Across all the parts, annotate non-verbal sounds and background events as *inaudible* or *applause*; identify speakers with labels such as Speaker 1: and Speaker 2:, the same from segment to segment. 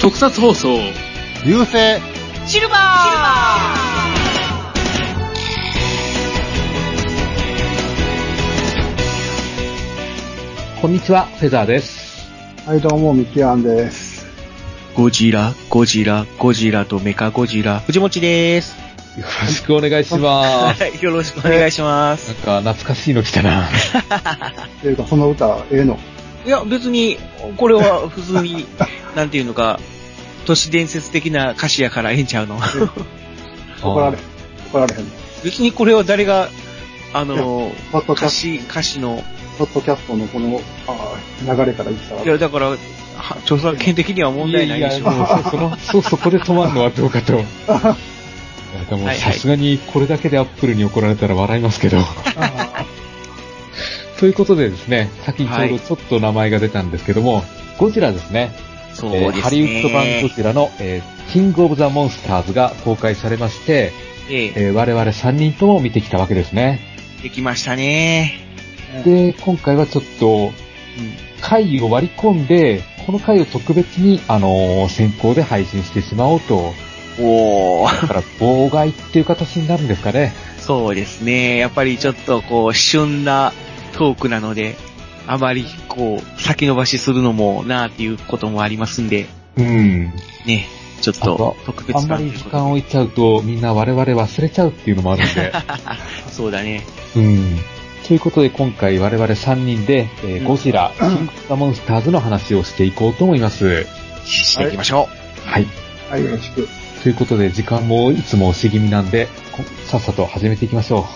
Speaker 1: 特撮放送
Speaker 2: 流星
Speaker 3: シルバーシルバ
Speaker 4: こんにちは、フェザーです。
Speaker 5: はい、どうも、ミキアンです。
Speaker 6: ゴジラ、ゴジラ、ゴジラとメカゴジラ、藤持です。
Speaker 4: よろしくお願いしま。
Speaker 6: はい、よろしくお願いしますす。
Speaker 4: なんか懐かしいの来たな。
Speaker 5: っていうか、その歌、ええの。
Speaker 6: *laughs* いや、別に、これは普通に、 *laughs* なんていうのか、都市伝説的な歌詞やからええんちゃう *laughs* の。
Speaker 5: 怒られへん。怒られへん。
Speaker 6: 別にこれは誰が、あの、
Speaker 5: ポッドキャ
Speaker 6: 歌
Speaker 5: ス
Speaker 6: 詞、歌詞の、
Speaker 5: ト、ポッドキャストのこの、あー流れから言ってたわ
Speaker 6: い。や、だから、は著作権的には問題ないでしょ。
Speaker 4: もうそそのそうそこで止まるのはどうかと。いやでも
Speaker 6: はいは
Speaker 4: さ
Speaker 6: い
Speaker 4: すがにこれだけでアップルに怒られたら笑いますけど。
Speaker 5: あ
Speaker 6: *laughs*
Speaker 4: ということでですね、先にちょう
Speaker 6: は
Speaker 4: ど
Speaker 6: い
Speaker 4: ちょっと名前が出たんですけども、ゴジラですね。
Speaker 6: そう
Speaker 4: えー
Speaker 6: ですね。
Speaker 4: ハリウッド版ゴジラの、えーキングオブザモンスターズが公開されまして、
Speaker 6: ええ
Speaker 4: えー我々3人とも見てきたわけですね。
Speaker 6: できましたね。
Speaker 4: で、今回はちょっと、回を割り込んで、この回を特別に、あのー先行で配信してしまおう
Speaker 6: *laughs*
Speaker 4: と、
Speaker 6: おー。
Speaker 4: だから妨害っていう形になるんですかね。
Speaker 6: そうですね。やっぱりちょっとこう、旬なトークなので、あまりこう、先延ばしするのもなあっていうこともありますんで、
Speaker 4: うん。
Speaker 6: ね、ちょっと特別
Speaker 4: あんま
Speaker 6: 感と
Speaker 4: り
Speaker 6: いう
Speaker 4: 時
Speaker 6: ことで
Speaker 4: 間を置いちゃうと、みんな我々忘れちゃうっていうのもある
Speaker 6: *laughs*
Speaker 4: んで。
Speaker 6: そうだね。
Speaker 4: うん。ということで今回我々3人で、えー
Speaker 6: うん
Speaker 4: ゴ
Speaker 6: *laughs*
Speaker 4: ジラ、キングオブザモンスターズの話をしていこうと思います。
Speaker 6: していきましょ
Speaker 4: はい。
Speaker 5: ーはい、よろしく。
Speaker 4: ということで時間もいつも押し気味なんで、こさっさと始めていきましょ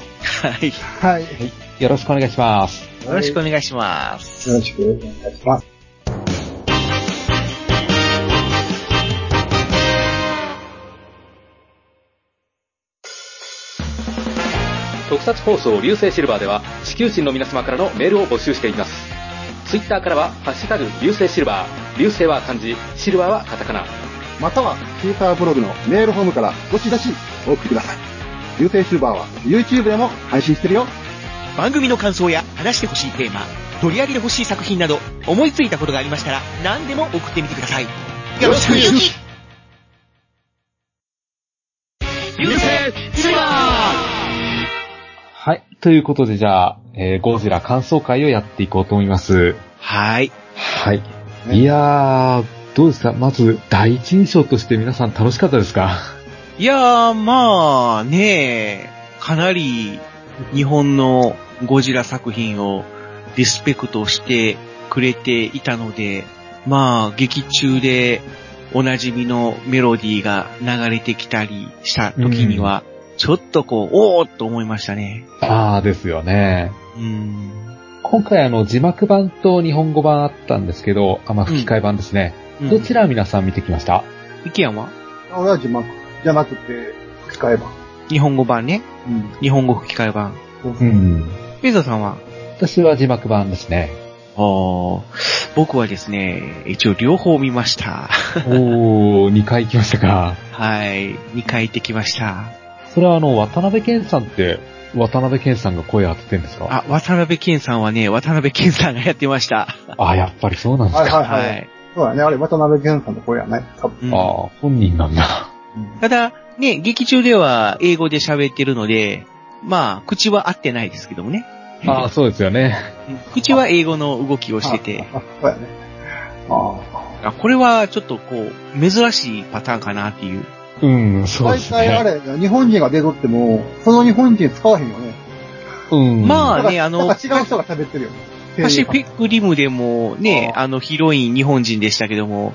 Speaker 6: う。はい。よ
Speaker 5: はい。よ
Speaker 4: う。はい。よろしくお願いします。
Speaker 6: ろしくお願いします。
Speaker 5: よろしくお願いします。
Speaker 7: 特撮放送流星シルバーでは地球人の皆様からのメールを募集していますツイッターからは「ハッシュタグ流星シルバー」流星は漢字シルバーはカタカナ
Speaker 5: または、ツイッターブログのメールフォームからどしどしお送りください。流星シルバーは YouTube でも配信してるよ。
Speaker 3: 番組の感想や話してほしいテーマ、取り上げてほしい作品など、思いついたことがありましたら、何でも送ってみてください。よろしくゆき
Speaker 7: 流星
Speaker 3: シルバ
Speaker 4: はい。ということで、じゃあ、えーゴジラ感想会をやっていこうと思います。
Speaker 6: はい。
Speaker 4: はい。いやー、どうですかまず、第一印象として皆さん楽しかったですか
Speaker 6: いやー、まあ、ねえ、かなり日本のゴジラ作品をリスペクトしてくれていたので、まあ、劇中でおなじみのメロディーが流れてきたりした時には、ちょっとこう、おおっと思いましたね。
Speaker 4: あーですよね。
Speaker 6: うん。
Speaker 4: 今回あの、字幕版と日本語版あったんですけど、あ、まあ、吹き替え版ですね。どちら皆さん見てきました
Speaker 6: 意見は
Speaker 5: 俺は字幕じゃなくて、使えば。
Speaker 6: 日本語版ね。
Speaker 5: うん。
Speaker 6: 日本語吹き替え版。
Speaker 4: ん。
Speaker 6: ペザさんは
Speaker 4: 私は字幕版ですね。
Speaker 6: あ僕はですね、一応両方見ました。
Speaker 4: おー、2回行きましたか。
Speaker 6: はい。2回行ってきました。
Speaker 4: それはあの、渡辺健さんって、渡辺健さんが声を当ててんですか
Speaker 6: あ、渡辺健さんはね、渡辺健さんがやってました。
Speaker 4: あやっぱりそうなんです
Speaker 5: はい
Speaker 4: か。
Speaker 5: はい
Speaker 6: は
Speaker 5: はい。
Speaker 6: い。
Speaker 5: そうだね、あれ、渡辺健さんの声やね。多分。
Speaker 6: うん
Speaker 4: あー本人なんだ。
Speaker 6: ただ、ね、劇中では英語で喋ってるので、まあ、口は合ってないですけどもね。
Speaker 4: あーそうですよね。
Speaker 6: うん口は英語の動きをしてて、
Speaker 5: あ、あそうやね。ああ。
Speaker 6: あこれはちょっとこう、珍しいパターンかなっていう。
Speaker 4: うん、そうで
Speaker 5: 大
Speaker 4: すね。
Speaker 5: 体あれ、日本人が出とっても、その日本人使わへんよね。
Speaker 4: うん。
Speaker 6: ま
Speaker 5: なん
Speaker 6: あ
Speaker 5: か
Speaker 6: ね、あ
Speaker 5: な
Speaker 6: の
Speaker 5: ん、か違う人が喋ってるよね。
Speaker 6: パシフィックリムでもね、
Speaker 5: あ
Speaker 6: あの、ヒロイン日本人でしたけども、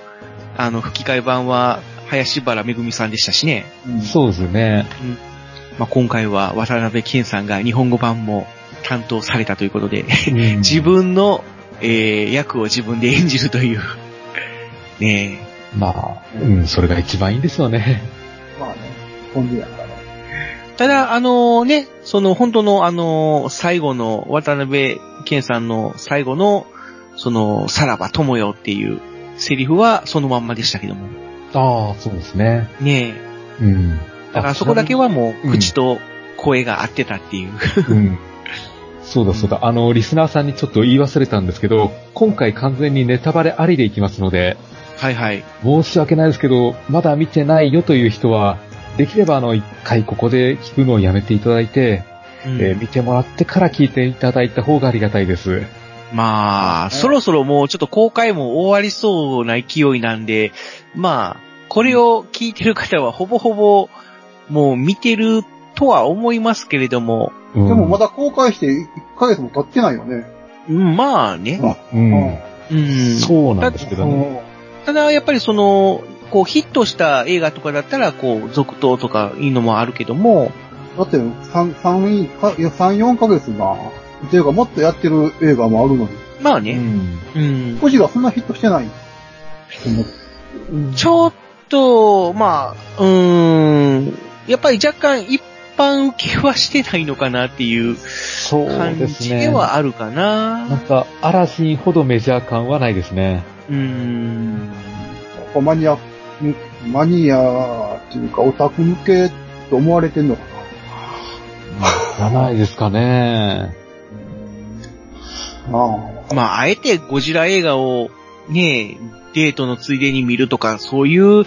Speaker 6: あの、吹き替え版は林原めぐみさんでしたしね。
Speaker 5: うん
Speaker 4: そうですね。
Speaker 6: まあ、今回は渡辺健さんが日本語版も担当されたということで、自
Speaker 4: 自
Speaker 6: 分の、えー役を自分で演じるという。 *laughs* ね
Speaker 4: まあ、うん、それが一番いいんですよね。
Speaker 5: まあね、本人やからね。
Speaker 6: え。ただ、あのね、その本当のあの最後の渡辺健さんの最後の、その、さらば友よっていうセリフはそのまんまでしたけども。
Speaker 4: ああ、そうですね。
Speaker 6: ねえ。
Speaker 4: うん。
Speaker 6: からそこだけはもう、
Speaker 4: うん
Speaker 6: 口と声が合ってたっていう。
Speaker 4: うん。そうだそうだ。あの、リスナーさんにちょっと言い忘れたんですけど、今回完全にネタバレありでいきますので、
Speaker 6: はいはい。
Speaker 4: 申し訳ないですけど、まだ見てないよという人は、できればあの、一回ここで聞くのをやめていただいて、
Speaker 6: うん
Speaker 4: えー見てもらってから聞いていただいた方がありがたいです。
Speaker 6: まあ、そろそろもうちょっと公開も終わりそうな勢いなんで、まあ、これを聞いてる方はほぼほぼ、もう見てるとは思いますけれども、
Speaker 4: うん、
Speaker 5: でもまだ公開して1ヶ月も経ってないよね。
Speaker 6: うんまあね。
Speaker 4: う、
Speaker 5: うん
Speaker 6: うん
Speaker 4: そうなんですけどね。
Speaker 5: ん
Speaker 6: ただやっぱりその、こうヒットした映画とかだったら、こう、続投とかいいのもあるけども、
Speaker 5: だって3、三いかいや3、4ヶ月な。っていうか、もっとやってる映画もあるのに。
Speaker 6: まあ
Speaker 4: う
Speaker 6: ね、
Speaker 4: ん。
Speaker 6: うん、
Speaker 5: ゴジラそんなヒットしてない。
Speaker 6: ちょっと、まあ、うーん、やっぱり若干一般受けはしてないのかなっていう
Speaker 4: そう
Speaker 6: 感
Speaker 4: です
Speaker 6: じ
Speaker 4: ね。
Speaker 6: ではあるか
Speaker 4: なん
Speaker 6: な。
Speaker 4: か、嵐ほどメジャー感はないですね。
Speaker 6: うーん。
Speaker 5: やっぱマニア、んマニアっていうか、オタク向けと思われてんのか
Speaker 4: じゃないですかね。
Speaker 5: な。なあ
Speaker 6: まあ、あえてゴジラ映画をね、デートのついでに見るとか、そういう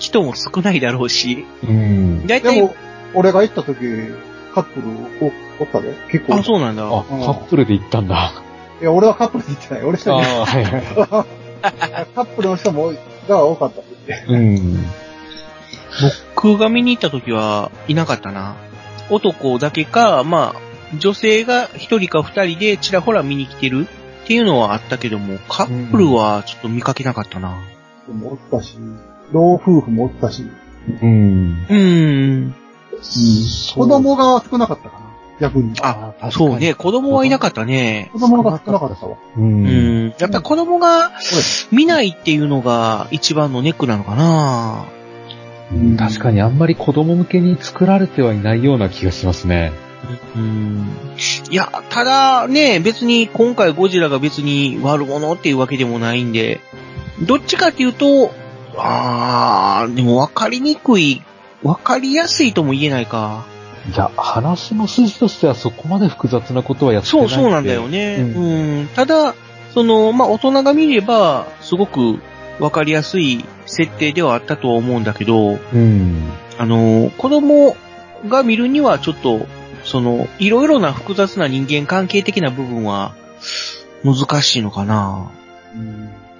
Speaker 6: 人も少ないだろうし、
Speaker 4: うん。
Speaker 6: だいた
Speaker 5: で
Speaker 6: い
Speaker 5: も、、俺が行った時、カップルおおったで。結構。
Speaker 6: あ、そうなんだ。
Speaker 4: あ、カップルで行ったんだ。
Speaker 5: いや、俺はカップルで行ってない。俺一人で
Speaker 4: ああ、はいはい。
Speaker 5: *laughs* カップルの人も多いが多かったって。
Speaker 4: うん。
Speaker 6: 僕が見に行った時はいなかったな。男だけか、まあ、女性が一人か二人でちらほら見に来てるっていうのはあったけども、カップルはちょっと見かけなかったな。
Speaker 5: もおったし、老夫婦もおったし、
Speaker 4: うん。
Speaker 6: うーん。
Speaker 5: 子供が少なかったかな。逆に。
Speaker 6: あ、そうね、子供はいなかったね。
Speaker 5: 子供が少なかったわ。
Speaker 4: う。
Speaker 6: うんん。やっぱり子供が見ないっていうのが一番のネックなのかな。
Speaker 5: うん
Speaker 4: 確かにあんまり子供向けに作られてはいないような気がしますね。
Speaker 6: うん。いや、ただね、別に今回ゴジラが別に悪者っていうわけでもないんで、どっちかっていうと、あー、でも分かりにくい、分かりやすいとも言えないか。
Speaker 4: いや、話の筋としてはそこまで複雑なことはやって
Speaker 6: そ
Speaker 4: ないん
Speaker 6: う、
Speaker 4: で。
Speaker 6: そうなんだよね。
Speaker 4: う
Speaker 6: うん。ただ、その、まあ、大人が見れば、すごく分かりやすい設定ではあったとは思うんだけど、
Speaker 4: うん。
Speaker 6: あの、子供が見るにはちょっと、その、いろいろな複雑な人間関係的な部分は、難しいのかな。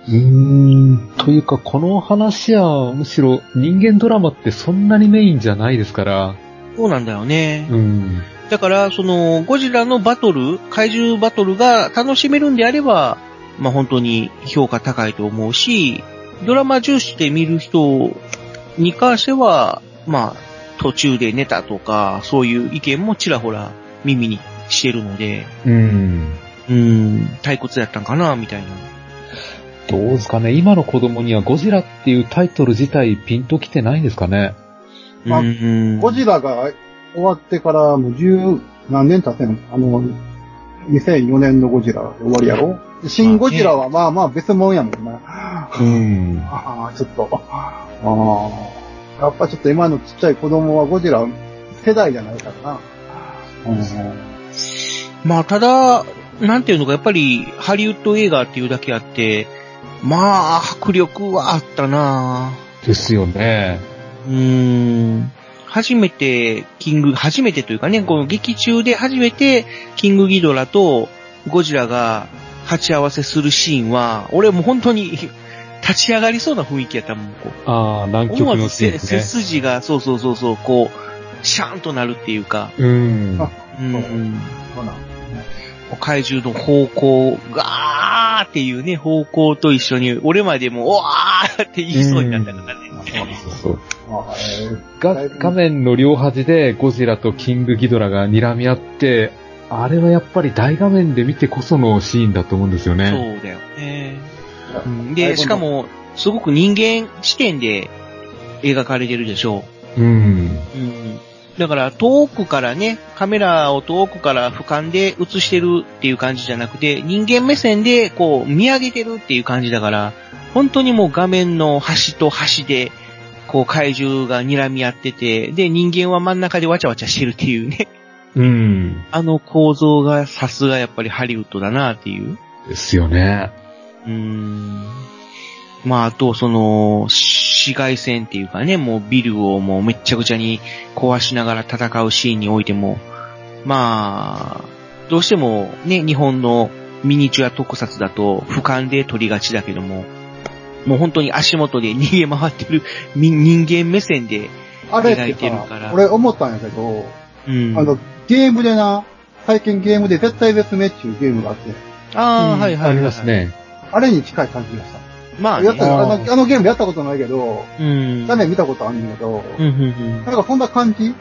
Speaker 4: うーん。というか、この話はむしろ人間ドラマってそんなにメインじゃないですから。
Speaker 6: そうなんだよね。
Speaker 4: うん。
Speaker 6: だから、その、ゴジラのバトル、怪獣バトルが楽しめるんであれば、まあ、本当に評価高いと思うし、ドラマ重視で見る人に関しては、まあ、途中で寝たとか、そういう意見もちらほら耳にしてるので、
Speaker 4: うん。
Speaker 6: うん、退屈やったんかな、みたいな。
Speaker 4: どうですかね今の子供にはゴジラっていうタイトル自体ピンときてないんですかね
Speaker 5: まあ
Speaker 6: うん
Speaker 5: ゴジラが終わってからもう十何年経ってんのあの、2004年のゴジラが終わりやろ新ゴジラはまあまあ別物やもんな。
Speaker 4: うん。
Speaker 5: ああ、ちょっと。ああ。やっぱちょっと今のちっちゃい子供はゴジラ世代じゃないからな。うん
Speaker 6: まあ、ただ、なんていうのか、やっぱり、ハリウッド映画っていうだけあって、まあ、迫力はあったな
Speaker 4: ですよね。
Speaker 6: うーん。初めて、キング、初めてというかね、この劇中で初めて、キングギドラとゴジラが鉢合わせするシーンは、俺もう本当に立ち上がりそうな雰囲気やったもん、こう。
Speaker 4: ああ、南極
Speaker 6: 思わず
Speaker 4: のシーン
Speaker 6: せ
Speaker 4: です
Speaker 6: 背
Speaker 4: ね。
Speaker 6: 筋が、そうそうそうそう、こう、シャーンとなるっていうか、
Speaker 4: うん。
Speaker 6: うん
Speaker 5: そう
Speaker 6: うん。
Speaker 5: そうなん
Speaker 6: 怪獣の方向、ガーっていうね、方向と一緒に、俺までも、おわーって言いそうになったからね。
Speaker 4: そうそう
Speaker 5: ああえーだ
Speaker 4: が
Speaker 5: いぶ
Speaker 4: 画面の両端でゴジラとキングギドラが睨み合って、あれはやっぱり大画面で見てこそのシーンだと思うんですよね。
Speaker 6: そうだよね。うん
Speaker 5: 最後の
Speaker 6: で、しかも、すごく人間視点で描かれてるでしょ
Speaker 4: う。うん。
Speaker 6: う。うん。だから、遠くからね、カメラを遠くから俯瞰で映してるっていう感じじゃなくて、人間目線でこう見上げてるっていう感じだから、本当にもう画面の端と端でこう怪獣が睨み合ってて、で、人間は真ん中でわちゃわちゃしてるっていうね、
Speaker 4: うん。
Speaker 6: あの構造がさすがやっぱりハリウッドだなっていう。
Speaker 4: ですよね。
Speaker 6: うーん。まあ、あと、その、紫外線っていうかね、もうビルをもうめっちゃくちゃに壊しながら戦うシーンにおいても、まあ、どうしてもね、日本のミニチュア特撮だと俯瞰で撮りがちだけども、もう本当に足元で逃げ回ってるみ人間目線で、
Speaker 5: あれって
Speaker 6: 描いてるから
Speaker 5: さ、俺思ったんやけど、
Speaker 6: うん。
Speaker 5: あの、ゲームでな、最近ゲームで絶対絶命っていうゲームがあって、
Speaker 6: ああ、はいはいはい、
Speaker 4: ありますね。
Speaker 5: あれに近い感じがした。
Speaker 6: まあ、
Speaker 5: やった
Speaker 6: ね、
Speaker 5: あ
Speaker 4: あ
Speaker 5: のあのゲームやったことないけど、
Speaker 6: うん。
Speaker 5: 画面見たことあるんだけど、
Speaker 6: うん、うん、うん。
Speaker 5: なんかそんな感じ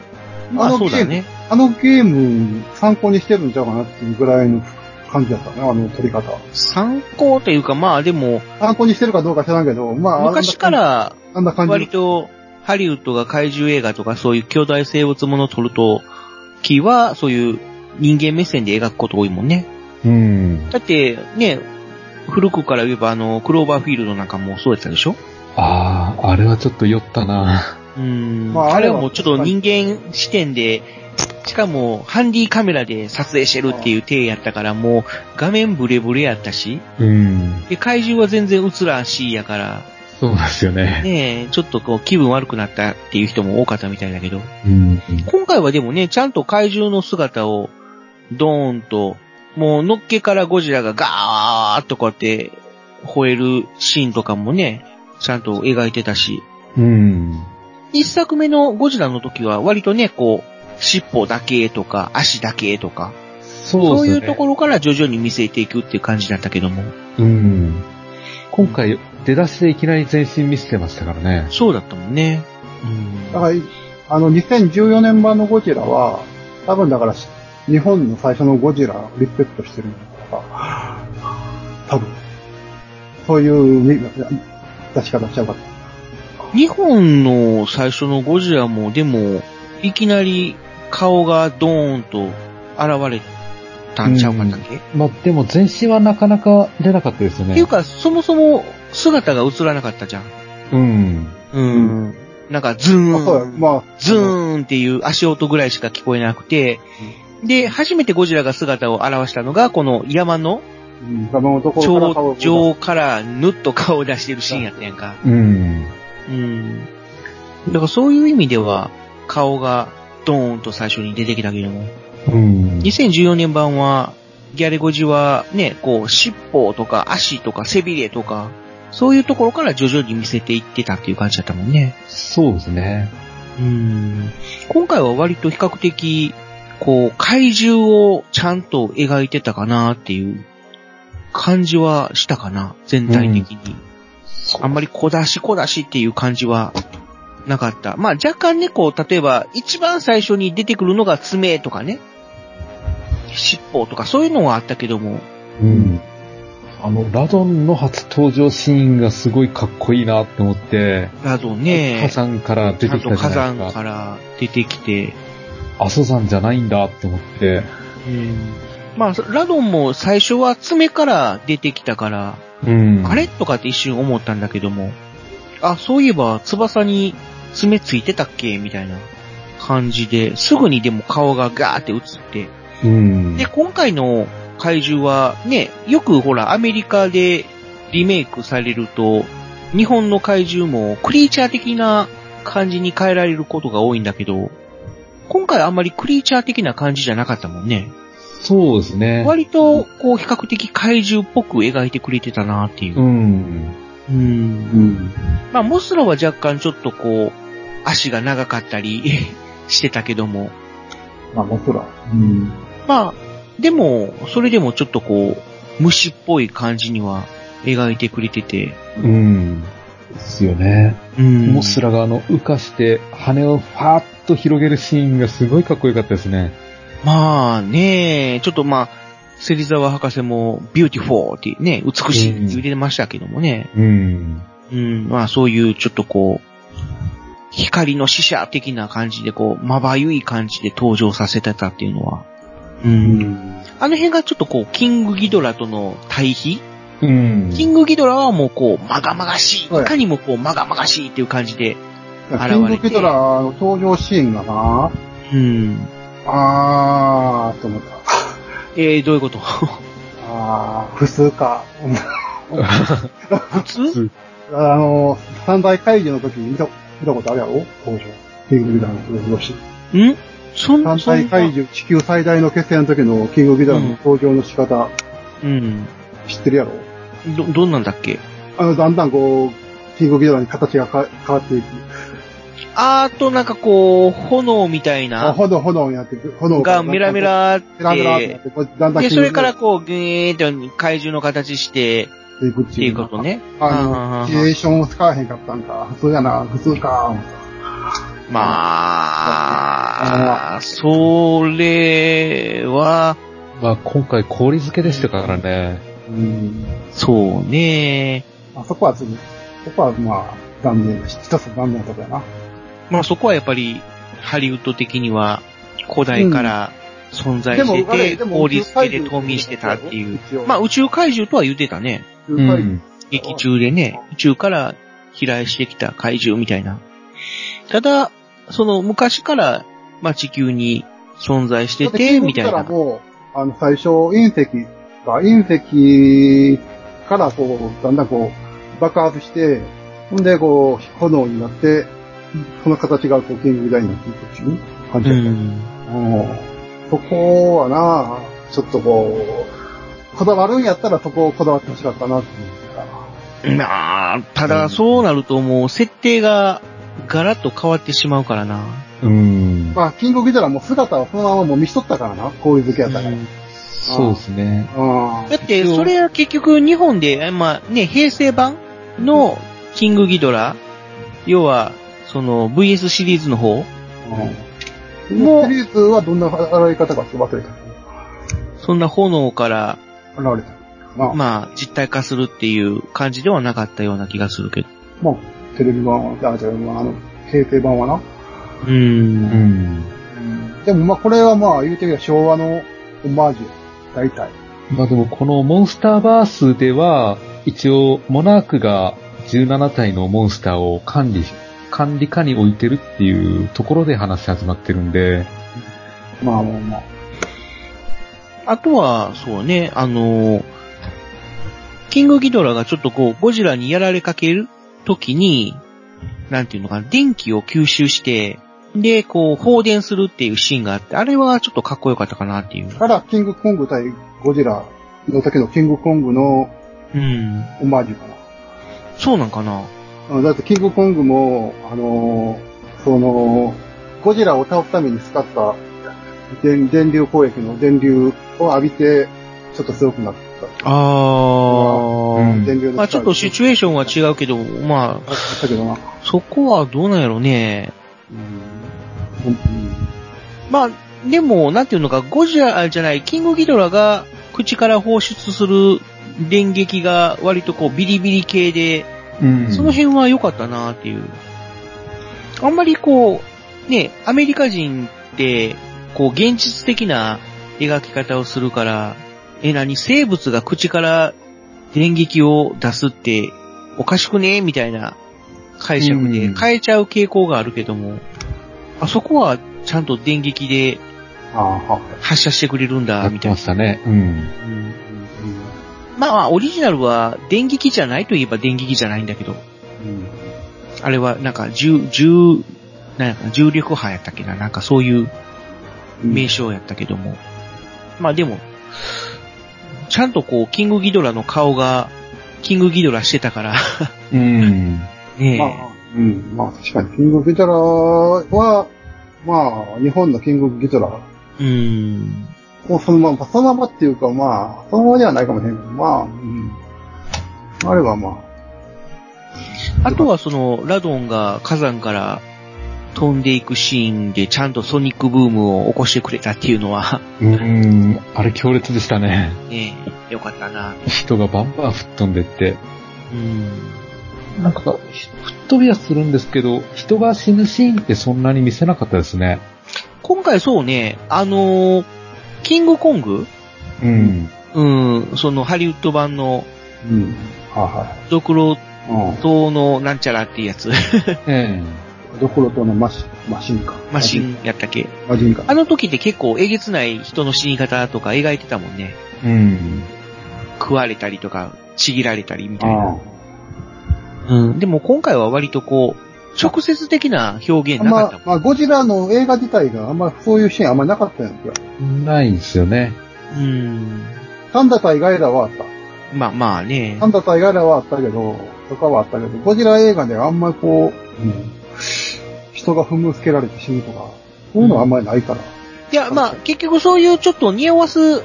Speaker 6: まあ、
Speaker 5: あの
Speaker 6: そうだね。
Speaker 5: あのゲーム参考にしてるんちゃうかなっていうぐらいの感じだったね、あの撮り方。
Speaker 6: 参考というか、まあでも、
Speaker 5: 参考にしてるかどうか知らんけど、まあ、
Speaker 6: 昔から
Speaker 5: あんな感じ。あんな
Speaker 6: 割
Speaker 5: 感
Speaker 6: とハリウッドが怪獣映画とかそういう兄弟生物ものを撮るときは、そういう人間目線で描くこと多いもんね。
Speaker 4: うん。
Speaker 6: だって、ね、古くから言えばあの、クローバーフィールドなんかもそうやったでしょ
Speaker 4: ああ、あれはちょっと酔ったな。
Speaker 6: うん。
Speaker 5: まあ
Speaker 6: あ
Speaker 5: あ
Speaker 6: れ
Speaker 5: れは
Speaker 6: はもうちょっと人間視点で、しかも、ハンディカメラで撮影してるっていう体やったから、もう、画面ブレブレやったし、
Speaker 4: うん。
Speaker 6: で、怪獣は全然映らんしやから、
Speaker 4: そうなんですよね。
Speaker 6: ねえ、ちょっとこう気分悪くなったっていう人も多かったみたいだけど、
Speaker 4: うん。
Speaker 6: 今回はでもね、ちゃんと怪獣の姿を、ドーンと、もうのっけからゴジラがガーッとこうやって吠えるシーンとかもね、ちゃんと描いてたし、
Speaker 4: うん。
Speaker 6: 一作目のゴジラの時は割とね、こう、尻尾だけとか、足だけとか、そ
Speaker 4: そ
Speaker 6: うう
Speaker 4: で
Speaker 6: い
Speaker 4: す
Speaker 6: うと
Speaker 4: ね。
Speaker 6: ころから徐々に見せていくっていう感じだったけども。
Speaker 4: うん。今回、出だしでいきなり全身見せてましたからね。
Speaker 6: そうだったもんね。
Speaker 5: じだから、あの、2014年版のゴジラは、多分だから、日本の最初のゴジラをリスペクトしてるんだから、多分。そういうみ出し方しちゃうかった。
Speaker 6: 日本の最初のゴジラも、でも、いきなり顔がドーンと現れたんちゃうかったっけ、っ
Speaker 4: まあ、でも全身はなかなか出なかったですよ
Speaker 6: てい
Speaker 4: ね
Speaker 6: う。か、そもそも姿が映らなかったじゃん。
Speaker 4: うん。
Speaker 6: うん。なんか、ズー
Speaker 5: まあ、そうや、
Speaker 6: ン、
Speaker 5: まあ、
Speaker 6: ズーンっていう足音ぐらいしか聞こえなくて、で、初めてゴジラが姿を現したのが、この山の
Speaker 5: うん我慢のところから顔
Speaker 6: 頂
Speaker 5: を
Speaker 6: 上からぬっと顔を出してるシーンやったやんか。
Speaker 4: うん。
Speaker 6: うん。だからそういう意味では、顔がドーンと最初に出てきたけども、
Speaker 4: うん。
Speaker 6: 2014年版は、ギャレゴジはね、こう、尻尾とか足とか背びれとか、そういうところから徐々に見せていってたっていう感じだったもんね。
Speaker 4: そうですね。
Speaker 6: うん。今回は割と比較的、こう、怪獣をちゃんと描いてたかなっていう感じはしたかな、全体的に。あんまり小出し小出しっていう感じはなかった。まあ若干ね、こう、例えば一番最初に出てくるのが爪とかね、尻尾とかそういうのはあったけども、
Speaker 4: うん。あの、ラドンの初登場シーンがすごいかっこいいなって思って、
Speaker 6: など
Speaker 4: 火
Speaker 6: ね、ち
Speaker 4: 山から出
Speaker 6: ゃ
Speaker 4: て
Speaker 6: ん
Speaker 4: き
Speaker 6: と
Speaker 4: たじ
Speaker 6: 火
Speaker 4: ゃない
Speaker 6: 山
Speaker 4: です
Speaker 6: か
Speaker 4: か。
Speaker 6: ら出てきて、
Speaker 4: 阿蘇山じゃないんだって思って。
Speaker 6: まあ、ラドンも最初は爪から出てきたから、
Speaker 4: うん。
Speaker 6: あれとかって一瞬思ったんだけども、あ、そういえば翼に爪ついてたっけみたいな感じで、すぐにでも顔がガーって映って、
Speaker 4: うん
Speaker 6: で、。今回の怪獣はね、よくほらアメリカでリメイクされると、日本の怪獣もクリーチャー的な感じに変えられることが多いんだけど、今回あんまりクリーチャー的な感じじゃなかったもんね。
Speaker 4: そうですね。
Speaker 6: 割と、こう、比較的怪獣っぽく描いてくれてたなっていうう。
Speaker 4: ん。
Speaker 6: うん
Speaker 5: うん。
Speaker 6: まあ、モスラは若干ちょっとこう、足が長かったり *laughs* してたけども、
Speaker 5: まあ、もちろん。うん。
Speaker 6: まあ、でも、それでもちょっとこう、虫っぽい感じには描いてくれてて、
Speaker 4: うん。ですよね。
Speaker 6: うん
Speaker 4: モスラがあの、浮かして羽をファーッと広げるシーンがすごいかっこよかったですね。
Speaker 6: まあね、ちょっとまあ、芹沢博士もビューティフォーってね、美しいって言ってましたけどもね、
Speaker 4: うん。
Speaker 6: うん、まあそういうちょっとこう、光の使者的な感じでこう、まばゆい感じで登場させてたっていうのは、うんあの辺がちょっとこう、キングギドラとの対比
Speaker 4: うん。
Speaker 6: キングギドラはもうこう、まがまがしい。い
Speaker 5: はい
Speaker 6: かにもこう、まがまがしいっていう感じで、
Speaker 5: キングギドラの登場シーンがな、
Speaker 6: うん。
Speaker 5: あー、と思った。
Speaker 6: えー、どういう
Speaker 5: *laughs*
Speaker 6: こと
Speaker 5: あー、普通か。
Speaker 6: 普通
Speaker 5: あの、三大会議の時に見た見たことあるやろ登場。キングギドラの登場シーン。
Speaker 6: んそん
Speaker 5: 三
Speaker 6: そん
Speaker 5: 大会議、地球最大の決戦の時のキングギドラの登場の仕方、
Speaker 6: うん。
Speaker 5: 知ってるやろ
Speaker 6: ど、どんなんだっけ
Speaker 5: あの、だんだんこう、キングギドラに形がか変わっていく。
Speaker 6: あーと、なんかこう、炎みたい
Speaker 5: あ
Speaker 6: な、
Speaker 5: 炎、炎になっていく。炎
Speaker 6: がメラメ。ラっ、
Speaker 5: メラメラってなってて、こうだんだん
Speaker 6: で、
Speaker 5: キン
Speaker 6: そ
Speaker 5: グ
Speaker 6: れ
Speaker 5: ギド
Speaker 6: か
Speaker 5: ラ
Speaker 6: ら
Speaker 5: に
Speaker 6: こう、ぐーって怪獣の形して、
Speaker 5: なっていくっ
Speaker 6: っていうこと。ね。
Speaker 5: あの、シチュエーションを使わへんかったんか。普通やな、普通か。
Speaker 6: まあ、それは、
Speaker 4: *laughs* まあ今回氷漬けでしたからね。
Speaker 5: うん。
Speaker 6: そうね。
Speaker 5: あそこは次、そこはまあ、残念でした。一つ残念なとこやな。
Speaker 6: まあそこはやっぱり、ハリウッド的には古代から存在して
Speaker 5: でもあれ
Speaker 6: て、
Speaker 5: でも
Speaker 6: 法律系で冬眠してたっていう。
Speaker 5: 一応
Speaker 6: まあ宇宙怪獣とは言ってたね。
Speaker 5: 宇宙怪獣。
Speaker 6: 劇中でね、宇宙から飛来してきた怪獣みたいな。ただ、その昔から、まあ地球に存在してて、みたい
Speaker 5: だから
Speaker 6: な。
Speaker 5: もう、あの、最初、隕石が、隕石からこう、だんだんこう、爆発して、ほんでこう、炎になって、その形がこう、キングダイになっていくっていう感じ
Speaker 6: う
Speaker 5: だった。
Speaker 6: ん。
Speaker 5: うんそこはな、ちょっとこう、こだわるんやったらそこをこだわってほしかったなって思うから。
Speaker 6: なあ、ただそうなるともう設定がガラッと変わってしまうからな。
Speaker 4: うん。
Speaker 5: まあ、キングギドラも姿をそのままもう見しとったからな、氷漬けやったから。
Speaker 4: そうですね。
Speaker 5: うん
Speaker 6: だって、それは結局日本で、えまあね、平成版のキングギドラ、要は、その VS シリーズの方、
Speaker 5: うん。もう、シリーズはどんな洗い方かちょっと忘れた。
Speaker 6: そんな炎から、
Speaker 5: 現れた。まあ、ま
Speaker 6: まあ実体化するっていう感じではなかったような気がするけど。
Speaker 5: あ、テレビ版は、あ、じゃあ、まあ、あの、平成版はな。
Speaker 6: うー。
Speaker 4: うんん。
Speaker 5: うん。でもまあ、これはまあ、言うてみれば昭和のオマージュや。大体。
Speaker 4: まあでもこのモンスターバースでは、一応モナークが17体のモンスターを管理、管理下に置いてるっていうところで話始まってるんで、
Speaker 5: まあまあまあ。
Speaker 6: あとは、そうね、あのーキングギドラがちょっとこう、ゴジラにやられかけるときに、なんていうのかな、電気を吸収して、で、こう、放電するっていうシーンがあって、あれはちょっとかっこよかったかなっていう。
Speaker 5: から、キングコング対ゴジラの時のキングコングの
Speaker 6: うん。
Speaker 5: オマージュかな。
Speaker 6: そうなんかな
Speaker 5: うんだってキングコングも、あのーその、ゴジラを倒すために使った電電流攻撃の電流を浴びて、ちょっと強くなった。
Speaker 6: あー。
Speaker 4: うん
Speaker 5: 電流の
Speaker 6: まあちょっとシチュエーションは違うけど、ま
Speaker 5: あったけどな。
Speaker 6: あ、そこはどうなんやろね。
Speaker 5: うん。
Speaker 6: まあ、でも、なんていうのか、ゴジラあじゃない、キングギドラが口から放出する電撃が割とこうビリビリ系で、
Speaker 4: うん
Speaker 6: その辺は良かったなっていう。あんまりこう、ね、アメリカ人って、こう現実的な描き方をするから、え、何生物が口から電撃を出すっておかしくねみたいな解釈で
Speaker 4: うん
Speaker 6: 変えちゃう傾向があるけども、あそこはちゃんと電撃で
Speaker 5: ああ、は。
Speaker 6: 発射してくれるんだ、
Speaker 4: や
Speaker 6: み
Speaker 4: ったて
Speaker 6: い
Speaker 4: ま
Speaker 6: な。
Speaker 4: したね。うん。
Speaker 5: うん
Speaker 6: まあまあ、オリジナルは電撃じゃないといえば電撃じゃないんだけど、
Speaker 5: うん
Speaker 6: あれはなんか重、重、なんやかな重力波やったっけな、なんかそういう
Speaker 5: うん
Speaker 6: 名称やったけども。まあでも、ちゃんとこう、キングギドラの顔が、キングギドラしてたから、
Speaker 4: うん。
Speaker 6: *laughs*
Speaker 5: ま
Speaker 6: ね
Speaker 5: あ、うん。まあ確かに、キングギドラは、まあ、日本のキングギドラ
Speaker 6: え。うん。
Speaker 5: もうそのまま、そのままっていうかまあ、そのままではないかもしれんけど、まあ、うん。あれはま
Speaker 6: あとはその、ラドンが火山から飛んでいくシーンでちゃんとソニックブームを起こしてくれたっていうのは、 *laughs*
Speaker 4: うん。あれ強烈でしたね。 *laughs*
Speaker 6: ねえ、よかったな。
Speaker 4: 人がバンバン吹っ飛んでって。
Speaker 6: うん。
Speaker 4: なんか、ひ吹っ飛びはするんですけど、人が死ぬシーンってそんなに見せなかったですね。
Speaker 6: 今回そうね、あのーキングコング
Speaker 4: うん。
Speaker 6: うん、そのハリウッド版の
Speaker 5: あ、うん。はいは
Speaker 6: ドクロ
Speaker 5: い。うん。
Speaker 6: 島のなんちゃらっていうやつ。
Speaker 4: ええ
Speaker 5: ドクロとのマシマシンか。
Speaker 6: マシ。ンやったっけ
Speaker 5: マジンか。
Speaker 6: あの時って結構えげつない人の死に方とか描いてたもんね。
Speaker 4: うん。
Speaker 6: 食われたりとか、ちぎられたりみたいな。
Speaker 5: あ
Speaker 6: うん。でも今回は割とこう、直接的な表
Speaker 5: あ
Speaker 6: 現なか
Speaker 5: ま
Speaker 6: った
Speaker 5: あ
Speaker 6: もん。、
Speaker 5: まあ、ゴジラの映画自体があんまそういうシーンあんまなかったんですよ。
Speaker 4: ないんですよね。
Speaker 6: うん。
Speaker 5: サンダ対ガイラはあった。
Speaker 6: まあまあね
Speaker 5: サ。ンダ対ガイラはあったけど、とかはあったけど、ゴジラ映画ではあんまりこう、うん人が踏むつけられて死ぬとか、そういうのはあんまりないから。
Speaker 6: いや、まあ結局そういうちょっと匂わす、あ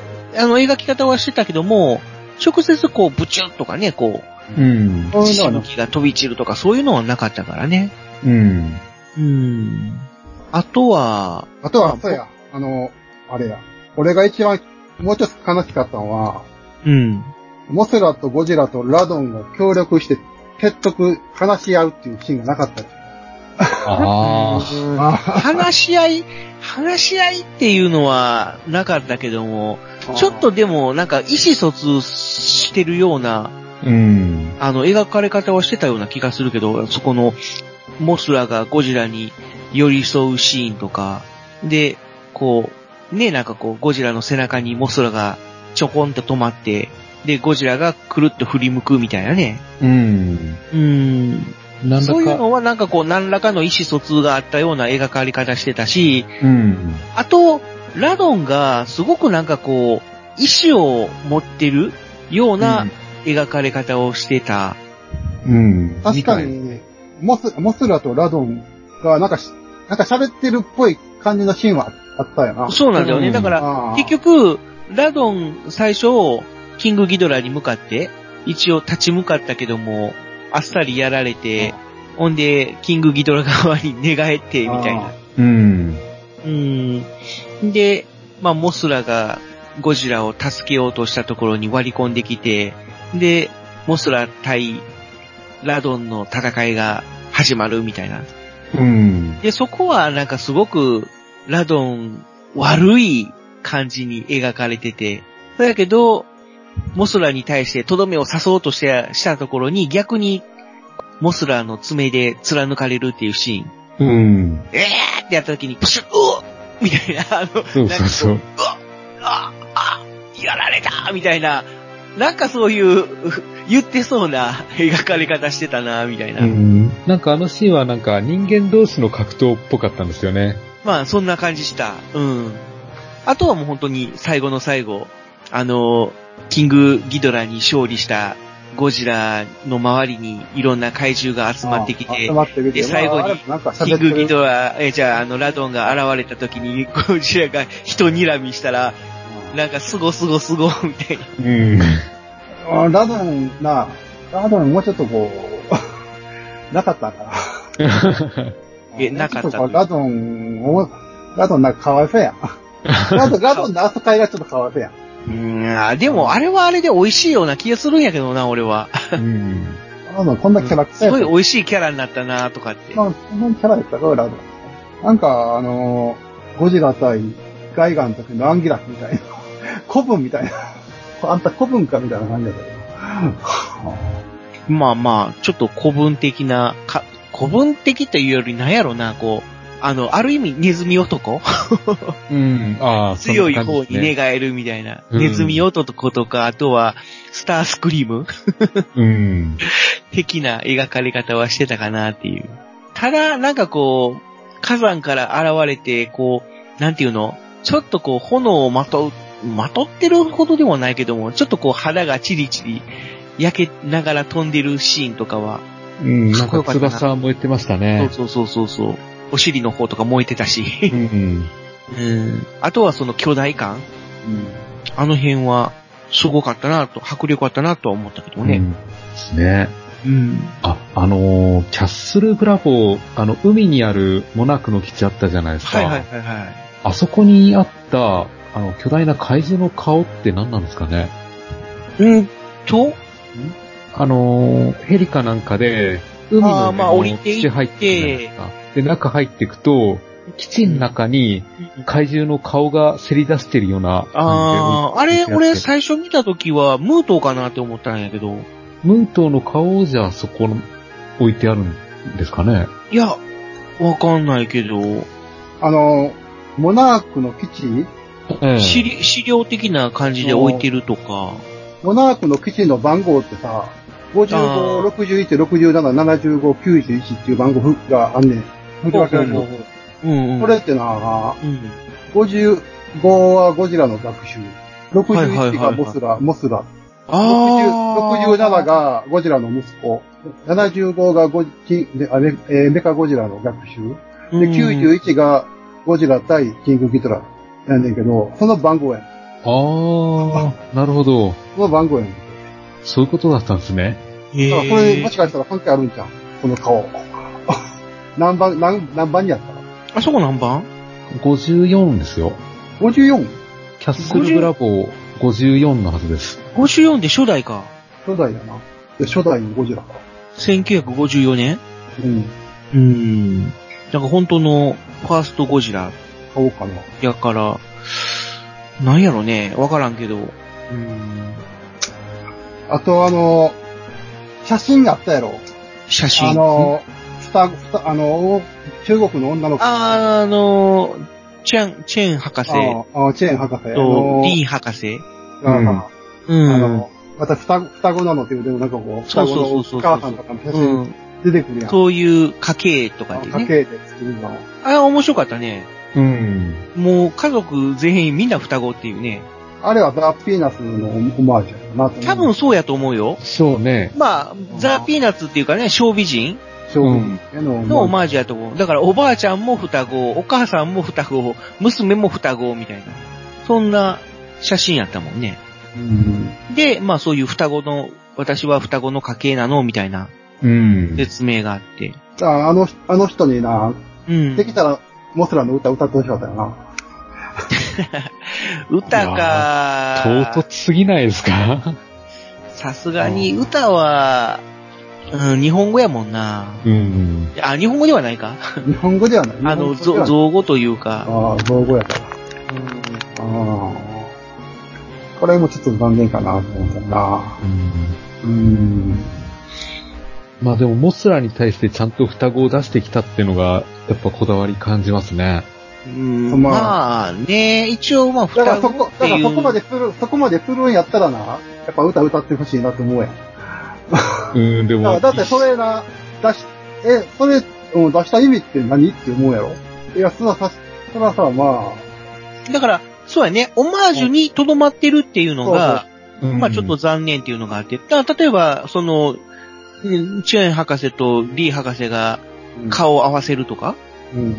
Speaker 6: の、描き方はしてたけども、直接こう、ブチュッとかね、こ
Speaker 4: うん。
Speaker 5: そう
Speaker 6: う、
Speaker 5: いうの
Speaker 6: 血
Speaker 5: は
Speaker 6: の
Speaker 5: ね、
Speaker 6: 気が飛び散るとか、そういうのはなかったからね。
Speaker 4: うん。
Speaker 6: うん。あとは、
Speaker 5: あとは、そうや、あの、あれや。俺が一番、もうちょっと悲しかったのは、
Speaker 6: うん。
Speaker 5: モセラとゴジラとラドンが協力して、結局、話し合うっていうシーンがなかった。
Speaker 4: ああ。
Speaker 5: あ
Speaker 6: 話し合い、話し合いっていうのはなかったけども、
Speaker 5: ー
Speaker 6: ちょっと、でもなんか意思疎通してるような、
Speaker 4: うん。
Speaker 6: あの、描かれ方をしてたような気がするけど、そこの、モスラがゴジラに寄り添うシーンとか、で、こう、ね、なんかこう、ゴジラの背中にモスラがちょこんと止まって、で、ゴジラがくるっと振り向くみたいなね。
Speaker 4: うん。
Speaker 6: うん。
Speaker 4: なんだ
Speaker 6: そういう
Speaker 4: か、
Speaker 6: のはなんかこう、何らかの意思疎通があったような描かれ方してたし、
Speaker 4: うん。
Speaker 6: あと、ラドンがすごくなんかこう、意思を持ってるような描かれ方をしてた。
Speaker 4: うん。
Speaker 5: 確かに、モス、モスラとラドンが、なんかし、なんか喋ってるっぽい感じのシーンはあったよな。
Speaker 6: そうなんだよ
Speaker 4: う
Speaker 6: ね。
Speaker 4: ん
Speaker 6: だから、
Speaker 5: あー
Speaker 6: 結、局、ラドン最初、キングギドラに向かって、一応立ち向かったけども、あっさりやられて、ほんで、キングギドラ側に寝返って、みたいな。
Speaker 4: うん。
Speaker 6: うん。で、まあ、モスラがゴジラを助けようとしたところに割り込んできて、で、モスラ対ラドンの戦いが始まるみたいな。
Speaker 4: うん。
Speaker 6: で、そこはなんかすごく、ラドン、悪い感じに描かれてて、だけど、モスラに対してとどめを刺そうとしてしたところに逆に、モスラの爪で貫かれるっていうシーン。
Speaker 4: うん。
Speaker 6: えーってやった時に、プシュッうおみたいな、あの、
Speaker 4: そうそうそう。
Speaker 6: ああやられたみたいな、なんかそういう、 *laughs* う言ってそうな描かれ方してたな、みたいな。
Speaker 4: うん。なんかあのシーンはなんか人間同士の格闘っぽかったんですよね。
Speaker 6: まあ、そんな感じした。うん。あとはもう本当に最後の最後、あの、キングギドラに勝利したゴジラの周りにいろんな怪獣が集まってき
Speaker 5: あー
Speaker 6: て
Speaker 5: 集、まってきて、
Speaker 6: で最後に
Speaker 5: まああれもなんか
Speaker 6: キ
Speaker 5: 喋
Speaker 6: ン
Speaker 5: って
Speaker 6: グギ
Speaker 5: る。
Speaker 6: ドラ、え、じゃあ、あの、ラドンが現れた時にゴジラが人睨みしたら、なんかすごすごすご、みたいな。
Speaker 4: うん。
Speaker 5: あーラドンな、ラドンもうちょっとこう、な *laughs* かったから。
Speaker 6: えなかった
Speaker 5: ちょとこうラドンを、ラドンなんかかわいそうや
Speaker 6: *laughs*
Speaker 5: ん。ラドン、ラドンの扱いがちょっとかわいそうやん。
Speaker 6: うん、でもあれはあれで美味しいような気がするんやけどな、俺は。
Speaker 4: うん。
Speaker 5: ラドンこんなキャラくさ
Speaker 6: す
Speaker 5: や
Speaker 6: ごい
Speaker 5: ん
Speaker 6: 美味しいキャラになったな、とかって。
Speaker 5: まあ、そんなにキャラやったから、ラドン。なんか、あのーゴジラ対ガイガンの時のアンギラスみたいな。 *laughs* 古文みたいな。 *laughs* あんた古文かみたいな感じだけど。
Speaker 6: まあまあ、ちょっと古文的な、か、古文的というよりなんやろな、こう、あの、ある意味ネズミ
Speaker 4: *laughs*
Speaker 6: 男
Speaker 4: うん。ああ、
Speaker 6: 強い方に寝
Speaker 4: ね。
Speaker 6: 返るみたいな。
Speaker 4: うん
Speaker 6: ネズミ男とか、あとは、スタースクリーム
Speaker 4: うん。
Speaker 6: 的な描かれ方はしてたかなっていう。ただ、なんかこう、火山から現れて、こう、なんていうのちょっとこう、炎をまとう、まとってるほどでもないけども、ちょっとこう、肌がチリチリ焼けながら飛んでるシーンとかは、
Speaker 4: うん。
Speaker 6: か
Speaker 4: な
Speaker 6: っ
Speaker 4: ん
Speaker 6: こよ
Speaker 4: か
Speaker 6: かったな
Speaker 4: 翼燃えてました
Speaker 6: そう
Speaker 4: ね。
Speaker 6: そうそうそうそう。お尻の方とか燃えてたし。
Speaker 4: うん。
Speaker 6: *laughs* うん。あとはその巨大感あの辺は、すごかったなと、迫力あったなとは思ったけど
Speaker 4: う
Speaker 6: ね。
Speaker 4: んですね。
Speaker 6: うん。
Speaker 4: あ、あのーキャッスルブラボー、あの、海にあるモナークの基地あったじゃないですか。
Speaker 6: はいはいはいはい。
Speaker 4: あそこにあった、あの、巨大な怪獣の顔って何なんですかね
Speaker 6: うんと、
Speaker 4: あのーヘリかなんかで、海の
Speaker 6: あー
Speaker 4: ね
Speaker 6: まあ
Speaker 4: の
Speaker 6: 降りていって
Speaker 4: 基地入ってるじゃないですか。で、中入っていくと、基地の中に怪獣の顔がせり出してるような
Speaker 6: ああ、あ
Speaker 4: 感じで
Speaker 6: れ、
Speaker 4: 置いて
Speaker 6: 俺
Speaker 4: って
Speaker 6: 最初見た時は、ムートかなって思ったんやけど、
Speaker 4: ムートの顔をじゃあそこに置いてあるんですかね。
Speaker 6: いや、わかんないけど、
Speaker 5: あの、モナークの基地、
Speaker 4: ええ
Speaker 6: 資料資料的な感じで置いてるとか、
Speaker 5: モナークの基地の番号ってさ、55、
Speaker 6: あー
Speaker 5: 61、67、75、91っていう番号があんねん。振り分けられるの。
Speaker 6: うんうん。
Speaker 5: これってな、
Speaker 6: うん。
Speaker 5: 55はゴジラの学習、
Speaker 6: はいはいはい
Speaker 5: 61
Speaker 6: は
Speaker 5: が
Speaker 6: い
Speaker 5: モスラ、モスラ、
Speaker 6: あー
Speaker 5: 60 67、がゴジラの息子、75がゴジであれえーメカゴジラの学習、
Speaker 6: うん
Speaker 5: で、91がゴジラ対キングギトラやねんけど、その番号やねん。
Speaker 4: ああ、なるほど。
Speaker 5: その番号やねん。
Speaker 4: そういうことだったんですね。
Speaker 6: へ
Speaker 5: だから
Speaker 6: ー
Speaker 5: これもしかしたら関係あるんじゃんこの顔。 *laughs* 何番、何、何番にやった
Speaker 6: あそこ何番
Speaker 4: 54ですよ。
Speaker 5: ?54?
Speaker 4: キャッスルブラボー54のはずです。
Speaker 6: ?54 で初代か。
Speaker 5: 初代やな。で初代のゴジラか。
Speaker 6: 1954年
Speaker 5: うん。
Speaker 6: うん。なんか本当のファーストゴジラ
Speaker 5: 買おうかな。
Speaker 6: やから、なんやろね、わからんけど。うん。
Speaker 5: あとあの、写真があったやろ。
Speaker 6: 写真。
Speaker 5: あの、スタ、スタ、あの、中国の女の子。
Speaker 6: あーあのー、チェン、チェン博士と
Speaker 5: ああチェーン博士。あ
Speaker 6: デ
Speaker 5: の
Speaker 6: ィーン博士。
Speaker 5: うん
Speaker 4: うん
Speaker 5: あ
Speaker 6: うん。
Speaker 5: の、また双子双子なのっていう、でもなんかこう、
Speaker 6: そ
Speaker 5: 双
Speaker 6: うそう
Speaker 5: 子の
Speaker 6: そ
Speaker 5: お
Speaker 6: うそう
Speaker 5: 母さんとかの写
Speaker 6: う
Speaker 5: 真
Speaker 6: ん。
Speaker 5: 出てくるやん。う、
Speaker 6: そういう家系とかで
Speaker 5: 家
Speaker 6: ね。
Speaker 5: 系で作るの。
Speaker 6: あれ面白かったね。
Speaker 4: うん。
Speaker 6: もう家族全員みんな双子っていうね。
Speaker 5: あれはザ・ピーナスのオマージュやなと思う。
Speaker 6: 多分そうやと思うよ。
Speaker 4: そうね。
Speaker 6: まあ、ザ・ピーナッツっていうかね、小美人
Speaker 5: 商品への
Speaker 6: のオマ
Speaker 5: ー
Speaker 6: ージュやと思う。だからおばあちゃんも双子、お母さんも双子、娘も双子みたいな。そんな写真やったもんね。
Speaker 5: ジ。うん。
Speaker 6: で、まあそういう双子の、私は双子の家系なのみたいな
Speaker 4: うん。
Speaker 6: 説明があって。
Speaker 5: だからあの、あの人にな、
Speaker 6: うん
Speaker 5: で。きたら、モスラの歌歌ってほしかったよな。
Speaker 6: 歌か
Speaker 4: 唐突すぎないですか
Speaker 6: さすがに歌は、うん、日本語やもんな。
Speaker 4: *laughs* うん。
Speaker 6: あ、日本語ではないか。
Speaker 5: 日本語ではない。
Speaker 6: あの、
Speaker 5: 日本
Speaker 6: ぞ
Speaker 5: 語ではない
Speaker 6: 造語というか。
Speaker 5: ああ、造語やから。
Speaker 6: うん
Speaker 5: ああ。これもちょっと残念かな、と思ったな。
Speaker 4: うん
Speaker 5: うん。
Speaker 4: まあでも、モスラに対してちゃんと双子を出してきたっていうのが、やっぱこだわり感じますね。
Speaker 6: うん
Speaker 5: まあ
Speaker 6: まあね、一応まあ
Speaker 5: だから
Speaker 6: 双
Speaker 5: そ
Speaker 6: 子
Speaker 5: こ
Speaker 6: っ、て
Speaker 5: だから
Speaker 6: い
Speaker 5: そこまで
Speaker 6: う。
Speaker 5: する、そこまでするんやったらな、やっぱ歌歌ってほしいなと思うやん。
Speaker 4: うん、で
Speaker 5: だから
Speaker 4: も。
Speaker 5: だってそれな、出し、え、それ、うん出した意味って何って思うやろいや、そらさ、そらさ、まあ、
Speaker 6: だから、そうやね、オマージュにとどまってるっていうのが、
Speaker 4: うん
Speaker 6: まあちょっと、残念っていうのがあって、ただ例えば、その、うんチェーン博士とリー博士が
Speaker 5: うん
Speaker 6: 顔を合わせるとか、
Speaker 5: うん。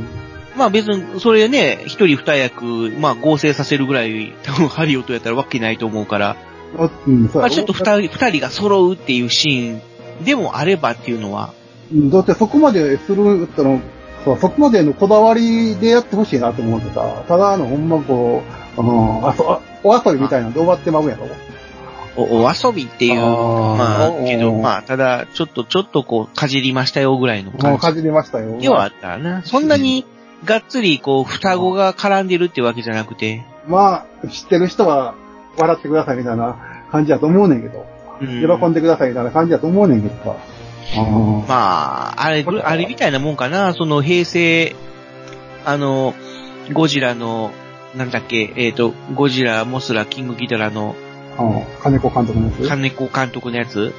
Speaker 6: まあ別に、それね、一人二役、まあ合成させるぐらい、 *laughs* 多分ハリウッドやったらわけないと思うから、
Speaker 5: あうん、そ
Speaker 6: ま
Speaker 5: うや
Speaker 6: あちょっと二人、二人が揃うっていうシーンでもあればっていうのは、
Speaker 5: うんだってそこまでするったの、そうそこまでのこだわりでやってほしいなと思ってた。ただ、あの、ほんまこう、あの、あそあお遊びみたいなんで終わってまうやろ。
Speaker 6: お、お遊びっていう、
Speaker 5: あー
Speaker 6: まあ、
Speaker 5: おー
Speaker 6: けど、まあ、ただ、ちょっと、ちょっとこう、かじりましたよぐらいの
Speaker 5: も
Speaker 6: 感
Speaker 5: うかじりましたよ。
Speaker 6: じではあったな。そんなに、がっつり、こう、双子が絡んでるってわけじゃなくて、
Speaker 5: まあ、知ってる人は笑ってくださいみたいな感じやと思うねんけど。
Speaker 6: う
Speaker 5: 喜んでくださいみたいな感じやと思うねんけどさ。ああ。
Speaker 6: まあ、あれ、あれみたいなもんかな、その、平成、あの、ゴジラの、なんだっけ、えっ、と、ゴジラ、モスラ、キングギドラの、
Speaker 5: うん金子監督のやつ。
Speaker 6: 金子監督のやつ。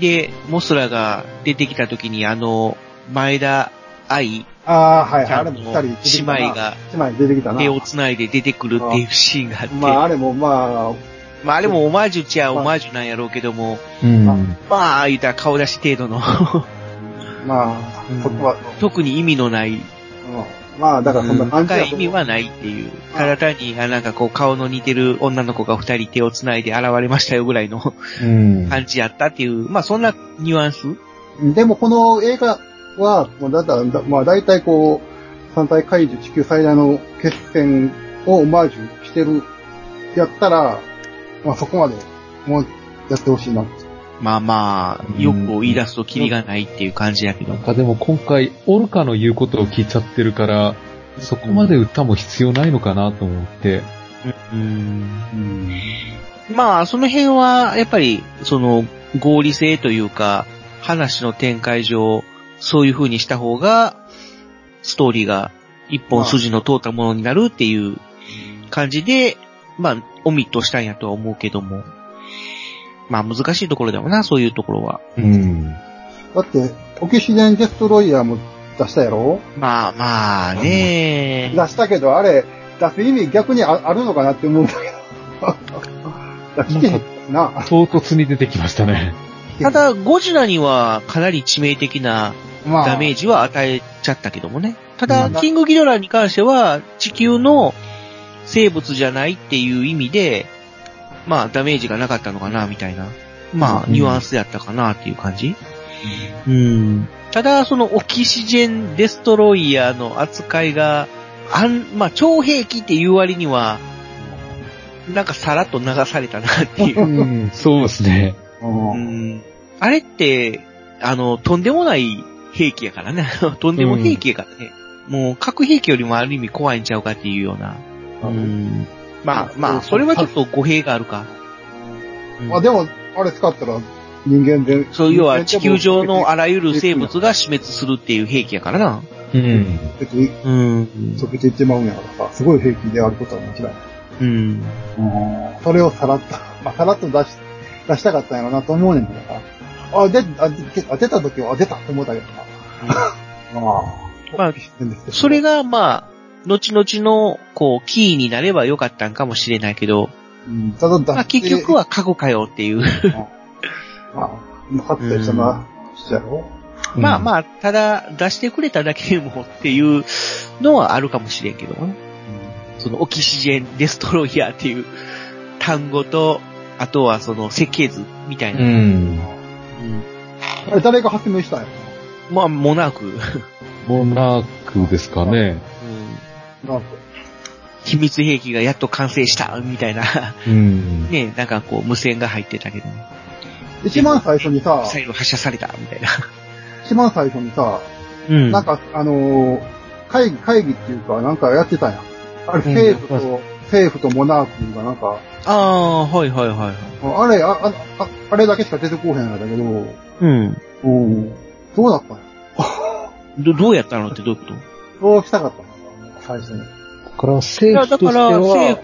Speaker 6: で、モスラが出てきた時に、あの、前田愛
Speaker 5: ああ、はい。
Speaker 6: ちゃ
Speaker 5: あれ
Speaker 6: ん
Speaker 5: も
Speaker 6: の
Speaker 5: 二人
Speaker 6: 姉
Speaker 5: 出てきた
Speaker 6: 妹。が
Speaker 5: な姉妹出てきたな
Speaker 6: 手。を繋いで出てくるっていうシーンがあって、
Speaker 5: まあ、あれもまあ、
Speaker 6: まああれもオマージュっちゃオマージュなんやろうけども、
Speaker 4: うん。
Speaker 6: まあ言うたら顔出し程度の、 *laughs*
Speaker 5: まあ
Speaker 6: う、ん
Speaker 5: そこは、
Speaker 6: 特に意味のない、
Speaker 5: うんまあ、だからそんな感じ
Speaker 6: 深
Speaker 5: や
Speaker 6: い
Speaker 5: と
Speaker 6: 意味
Speaker 5: 思う。
Speaker 6: はないっていう、ただ単に、あなんかこう顔の似てる女の子が二人手を繋いで現れましたよぐらいの
Speaker 4: うん。
Speaker 6: 感じやったっていう、まあそんなニュアンス
Speaker 5: でもこの映画は、もうだだだまあ大体こう、三大怪獣地球最大の決戦をオマージュしてる、やったら、まあそこまでもうやってほしいなって。
Speaker 6: まあまあ、よくを言い出すとキリがないっていう感じやけど
Speaker 4: なん。かでも今回、オルカの言うことを聞いちゃってるから、そこまで歌も必要ないのかなと思って。
Speaker 6: まあ、その辺は、やっぱり、その、合理性というか、話の展開上、そういう風にした方が、ストーリーが一本筋の通ったものになるっていう感じで、まあ、オミットしたんやとは思うけども。まあ、難しいところだよな、そういうところは。
Speaker 4: うん。
Speaker 5: だって、オキシデンデストロイヤーも出したやろ
Speaker 6: まあまあね
Speaker 5: 出したけど、あれ、出す意味逆にああるのかなって思うんだけど。 *laughs* だから聞けへんな。
Speaker 4: 唐突に出てきましたね。
Speaker 6: ただ、ゴジラにはかなり致命的な
Speaker 5: ま
Speaker 6: ダメージは与えちゃったけどもね。ただ、
Speaker 4: うん
Speaker 6: キングギドラに関しては、地球の生物じゃないっていう意味で、まあ、ダメージがなかったのかな、みたいな。まあ、
Speaker 4: うん
Speaker 6: ニュアンスやったかな、っていう感じ。うん。ただ、そのオキシジェンデストロイヤーの扱いが、あん、まあ、超兵器っていう割には、なんかさらっと流されたな、っていう
Speaker 4: う。ん、そうですね。
Speaker 5: うん
Speaker 6: うんあれって、あの、とんでもない兵器やからね。 *laughs* あのとんでも兵器やからね。もう、核兵器よりもある意味怖いんちゃうかっていうような。うんまあまあ、それはちょっと語弊があるか。うん
Speaker 5: あ、でも、あれ使ったら人間で。
Speaker 6: そういうは地球上の
Speaker 5: あ
Speaker 6: あらゆる生物が死滅するっていう兵器やからな。
Speaker 4: うん。
Speaker 5: れ。溶
Speaker 6: うん。
Speaker 5: けていってまうんやからさ、すごい兵器であることはもちろん。
Speaker 6: うん。
Speaker 5: それをさらっと、 *laughs* まあ、さらっと出し、出したかったんやろなと思うねんけどさ。あ、で、あ、であ出た時は、あ、出たって思ったけどな。 *laughs* まあ。
Speaker 6: まあ
Speaker 5: 知ってんですけど
Speaker 6: それがまあ、後々の、こう、キーになればよかったんかもしれないけど、
Speaker 5: うん、ただ出して、
Speaker 6: まあ結局は過去かよっていう。
Speaker 5: まあ、なかったりしたな、しやろ。
Speaker 6: まあ
Speaker 4: あ。
Speaker 6: まあ、ただ出してくれただけでもっていうのはあるかもしれんけどね、そのオキシジェンデストロイヤーっていう単語と、あとはその設計図みたいうな。
Speaker 4: ん。
Speaker 5: あれ誰が発明したんや
Speaker 6: まあ、モナーク、うん
Speaker 4: モナークですかね。
Speaker 5: ろなんて。
Speaker 6: 秘密兵器がやっと完成したみたいな。 *laughs*
Speaker 4: うん。
Speaker 6: ねなんかこう無線が入ってたけど、
Speaker 5: 一番最初にさ、
Speaker 6: ミサイル発射されたみたいな。
Speaker 5: 一番最初にさ、
Speaker 6: うん
Speaker 5: なんか、あのー会議、会議っていうか、なんかやってたやん。あれ、政府と、政府とモナークがなんか、
Speaker 6: ああー、はいはいはいはい。
Speaker 5: あれ、あ、あ、ああれだけしか出てこうへんやんだけど、
Speaker 6: うん。
Speaker 5: うん。どうだったんや
Speaker 6: ど、どうやったのってどういうこと
Speaker 5: どうしたかったのかな最初に。
Speaker 4: だから政府として
Speaker 6: いやだから政
Speaker 4: は、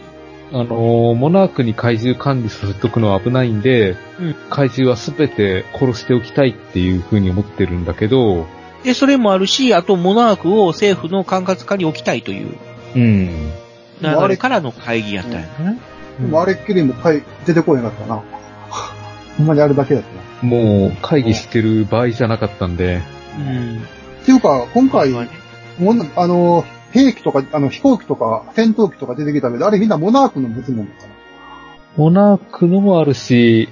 Speaker 4: あの、モナークに怪獣管理させとくのは危ないんで、
Speaker 6: うん
Speaker 4: 怪獣はすべて殺しておきたいっていうふうに思ってるんだけど、
Speaker 6: で、それもあるし、あとモナークを政府の管轄下に置きたいという。
Speaker 4: うん。
Speaker 6: 流れからの会議やったんやね。
Speaker 5: でもあれっきりも会、出てこへんかったな。 *laughs* ほんまにあれだけだったな。
Speaker 4: もう会議してる場合じゃなかったんで、
Speaker 6: うん。
Speaker 5: っていうか、今
Speaker 6: は
Speaker 5: 回、
Speaker 6: ね
Speaker 5: もんあの、兵器とか、あの、飛行機とか、戦闘機とか出てきたけど、あれみんなモナークの別物だか
Speaker 4: モナークのもあるし、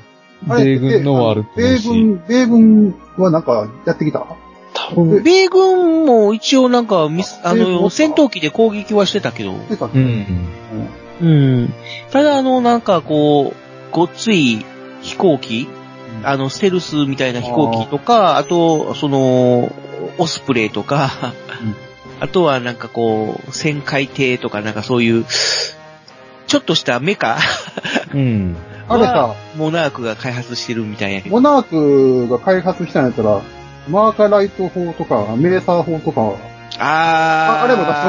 Speaker 5: ら。あ
Speaker 4: 米
Speaker 5: れ
Speaker 4: 軍のもあると思う
Speaker 5: 米
Speaker 4: し、
Speaker 5: 軍、米軍はなんかやってきた
Speaker 4: 多分、
Speaker 6: 米軍も一応なんかミス、あ
Speaker 5: 米軍
Speaker 6: の、
Speaker 5: か
Speaker 6: 戦闘機で攻撃はしてたけど。
Speaker 5: 出たっ
Speaker 4: う
Speaker 5: け
Speaker 4: ん。
Speaker 6: うん。ただあの、なんかこう、ごっつい飛行機、あの、ステルスみたいな飛行機とか、あと、その、オスプレイとか、あとはなんかこう、旋回艇とかなんかそういう、ちょっとしたメカ、
Speaker 4: うん。
Speaker 5: あれさ、
Speaker 6: モナークが開発してるみたいやけど。
Speaker 5: モナークが開発したんやったら、マーカーライト法とか、メーサー法とか、
Speaker 6: あー。
Speaker 5: ああれも出しとく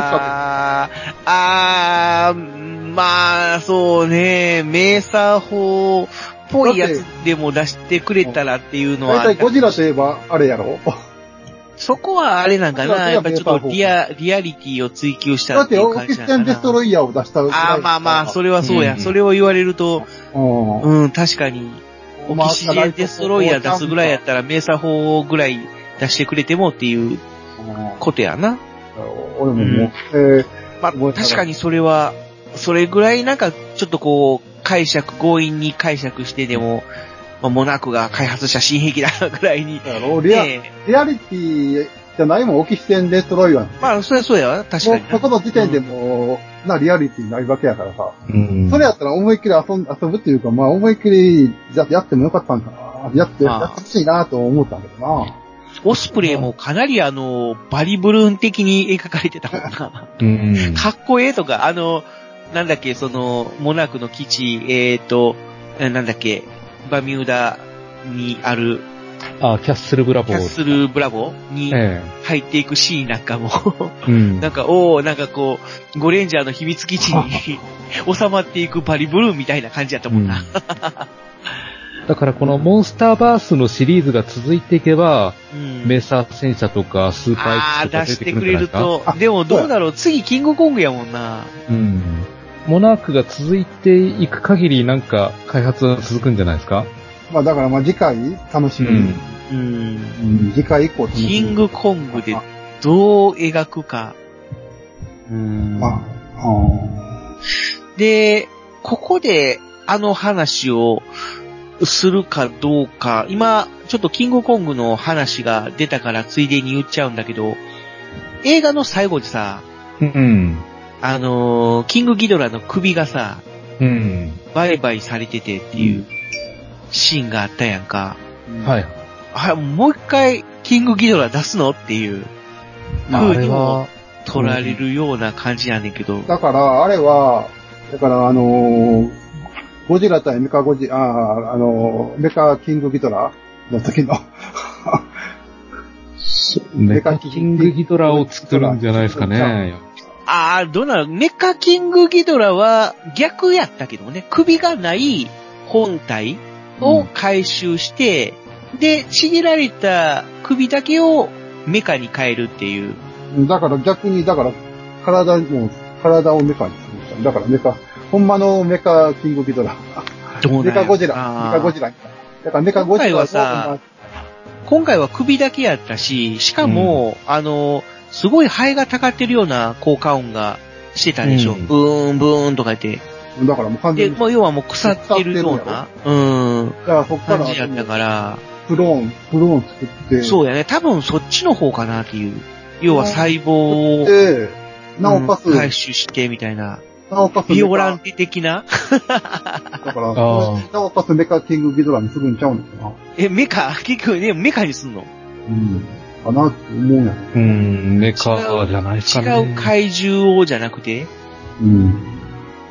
Speaker 6: あーあー、まあ、そうね、メーサー法っぽいやつでも出してくれたらっていうのは
Speaker 5: だい、たいゴジラといえばあれやろ
Speaker 6: そこはあれなんか
Speaker 5: ゴジ
Speaker 6: な、
Speaker 5: ラとい
Speaker 6: や
Speaker 5: えば
Speaker 6: っぱりちょっとリア、リアリティを追求した
Speaker 5: だ
Speaker 6: ら
Speaker 5: っ
Speaker 6: ってい
Speaker 5: て、
Speaker 6: う
Speaker 5: オ
Speaker 6: 感
Speaker 5: キ
Speaker 6: じ
Speaker 5: シ
Speaker 6: な
Speaker 5: テン
Speaker 6: ん
Speaker 5: デ
Speaker 6: か
Speaker 5: スト
Speaker 6: な。
Speaker 5: ロイヤーを出したぐらい
Speaker 6: あーまあまあ、それはそう
Speaker 4: う
Speaker 6: や。
Speaker 4: ん
Speaker 6: それを言われると、
Speaker 5: うん
Speaker 6: うん、確かに、オキシジェンデストロイヤー出すぐらいやったら、メーサー法ぐらい出してくれてもっていう
Speaker 5: うん
Speaker 6: ことやな。
Speaker 5: 俺ももう、
Speaker 4: うん
Speaker 5: えー
Speaker 6: まあ、
Speaker 5: 覚えてなかった
Speaker 6: 確かにそれは、それぐらいなんか、ちょっとこう、解釈、強引に解釈してでも、まあ、モナークが開発した新兵器だぐらいに。
Speaker 5: だろリア、
Speaker 6: ね
Speaker 5: リアリティじゃないもん、オキシテンデストロイヤー
Speaker 6: え、まあ、そりゃそうやわな、確
Speaker 5: も
Speaker 6: か
Speaker 5: う
Speaker 6: にな。
Speaker 5: そこの時点でもう、な、リアリティになるわけやからさ。
Speaker 4: うん。
Speaker 5: それやったら思いっきり遊ん遊ぶっていうか、まあ思いっきり、ややってもよかったんかな。やって、
Speaker 6: まあ
Speaker 5: やってほしいなと思ったんだけどな。
Speaker 6: オスプレイもかなりあの、バリブルーン的に描かれてたもんな。
Speaker 4: うん。
Speaker 6: かっこええとか、あの、なんだっけ、その、モナークの基地、えーと、えなんだっけ、バミューダにある、
Speaker 4: あ、キャッスルブラボ
Speaker 6: キ
Speaker 4: ー。
Speaker 6: ャッスルブラボーに
Speaker 4: え
Speaker 6: 入っていくシーンなんかも、
Speaker 4: え。うん。
Speaker 6: なんか、おー、なんかこう、ゴレンジャーの秘密基地
Speaker 4: *laughs*
Speaker 6: に収まっていくバリブルーみたいな感じやったもんな。
Speaker 4: うんだからこのモンスターバースのシリーズが続いていけば、
Speaker 6: うん
Speaker 4: メーサー戦車とかスーパ
Speaker 6: ああ
Speaker 4: ー X と
Speaker 6: ー、
Speaker 4: か
Speaker 6: 出
Speaker 4: 出
Speaker 6: してて
Speaker 4: く
Speaker 6: く
Speaker 4: る
Speaker 6: れ
Speaker 4: んじゃない
Speaker 6: る
Speaker 4: ですか。
Speaker 6: と。でもどうだろう、次キングコングやもんな。
Speaker 4: うん。モナークが続いていく限りなんか開発は続くんじゃないですか
Speaker 5: まあだからまあ次回楽しみに。
Speaker 6: うん。
Speaker 5: うん次回以降楽しみに。
Speaker 6: キングコングでどう描くか。
Speaker 4: うん
Speaker 5: まあ、あ
Speaker 6: で、ここであの話をするかどうか。今、ちょっとキングコングの話が出たからついでに言っちゃうんだけど、映画の最後でさ、
Speaker 4: うん。
Speaker 6: あのーキングギドラの首がさ、
Speaker 4: うん。
Speaker 6: 売買されててっていうシーンがあったやんか。
Speaker 5: ー
Speaker 4: はい。
Speaker 6: あ、もう一回キングギドラ出すのっていう
Speaker 4: あ
Speaker 6: 風
Speaker 4: れ
Speaker 6: にも
Speaker 4: は、
Speaker 6: 取られるような感じやねんけど。
Speaker 5: だから、あれは、だから、あのーゴジラ対メカゴジ、あーあのーメカキングギドラの時の、
Speaker 4: メカキングギドラを作るんじゃないですかね。
Speaker 6: ああ、どうなるメカキングギドラは逆やったけどね、首がない本体を回収して、で、ちぎられた首だけをメカに変えるっていう。
Speaker 5: だから逆に、だから、体も、体をメカにするんじゃんだからメカ、ほんまのメカキングギドラ。
Speaker 6: どう
Speaker 5: メ
Speaker 6: な
Speaker 5: カ
Speaker 6: る
Speaker 5: ゴジラ。メカゴジラ。だからメカゴジ
Speaker 6: 今
Speaker 5: ラ
Speaker 6: 回はさ今回は首だけやったし、しかも、あの、すごい肺がたかってるような効果音がしてたでしょ。
Speaker 4: うん
Speaker 6: ブーン、ブーンとか言って。
Speaker 5: だからもう完
Speaker 6: で、
Speaker 5: 全に、だ
Speaker 6: もう要はもう腐ってるような、うん、
Speaker 5: からそっか
Speaker 6: 感じやった
Speaker 5: ら、
Speaker 6: から、
Speaker 5: クローン、クローン作って、
Speaker 6: そうやね。多分そっちの方かなっていう。要は細胞を、
Speaker 5: で、なおかつ、
Speaker 6: うん回収してみたいな。
Speaker 5: なおかつメカ、
Speaker 6: ビオランテ的な *laughs*
Speaker 5: だから、
Speaker 4: あー
Speaker 5: なおかつメカキングギドラにすぐにちゃうのかな。
Speaker 6: え、メカ結局ね、メカにすんの
Speaker 5: うん。かなって思うやん。
Speaker 4: うん、メカじゃないですかね。
Speaker 6: 違う怪獣をじゃなくて
Speaker 5: うん。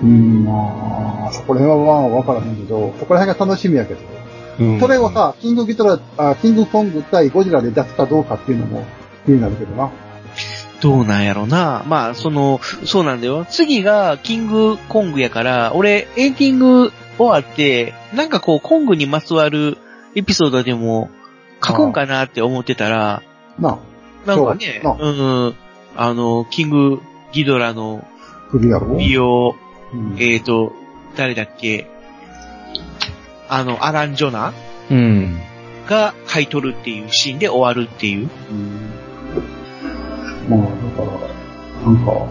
Speaker 5: うん、まあ、そこら辺はまあわからへんけど、そこら辺が楽しみやけど。
Speaker 4: うん
Speaker 5: それを、さ、キングギトラ、あ、キングコング対ゴジラで出すかどうかっていうのも気になるけどな。
Speaker 6: どうなんやろな。まあ、その、そうなんだよ。次がキングコングやから、俺、エンディング終わって、なんかこう、コングにまつわるエピソードでも書くんかなって思ってたら、
Speaker 5: な
Speaker 6: なんかね、
Speaker 5: そう
Speaker 6: うん、あの、キングギドラの
Speaker 5: あ、首やろ
Speaker 6: 美容、
Speaker 5: うん
Speaker 6: えーと、誰だっけあの、アラン・ジョナ
Speaker 4: うん。
Speaker 6: が買い取るっていうシーンで終わるっていう。
Speaker 5: うんまあ、だから、なんか、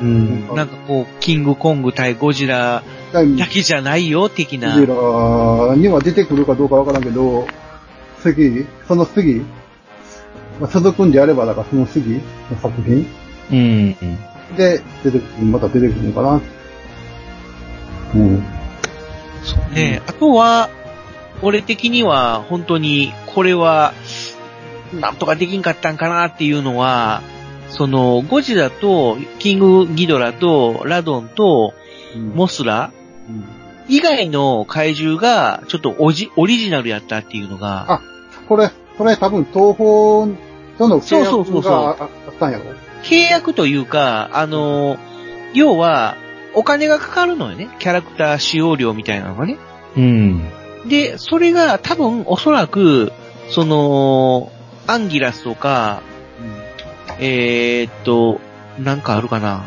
Speaker 4: うん。
Speaker 6: なんかこう、キングコング対ゴジラ
Speaker 5: 第二
Speaker 6: だけじゃないよ、的な。
Speaker 5: ゴジラには出てくるかどうかわからんけど、次、その次、まあ、続くんであれば、だからその次の作品
Speaker 4: うん。
Speaker 5: で、出てくる、また出てくるのかな。うん。
Speaker 6: ねあとは、俺的には本当にこれは、なんとかできんかったんかなっていうのは、その、ゴジラと、キングギドラと、ラドンと、モスラ
Speaker 5: うん
Speaker 6: 以外の怪獣が、ちょっとオジオリジナルやったっていうのが、
Speaker 5: これ、これ多分東方との契
Speaker 6: そうそうそう
Speaker 5: 約
Speaker 6: そう
Speaker 5: がああったんやろ
Speaker 6: 契約というか、あの、要は、お金がかかるのよね。キャラクター使用料みたいなのがね。
Speaker 4: うん。
Speaker 6: で、それが多分おそらく、その、アンギラスとか、えーっと、なんかあるかな。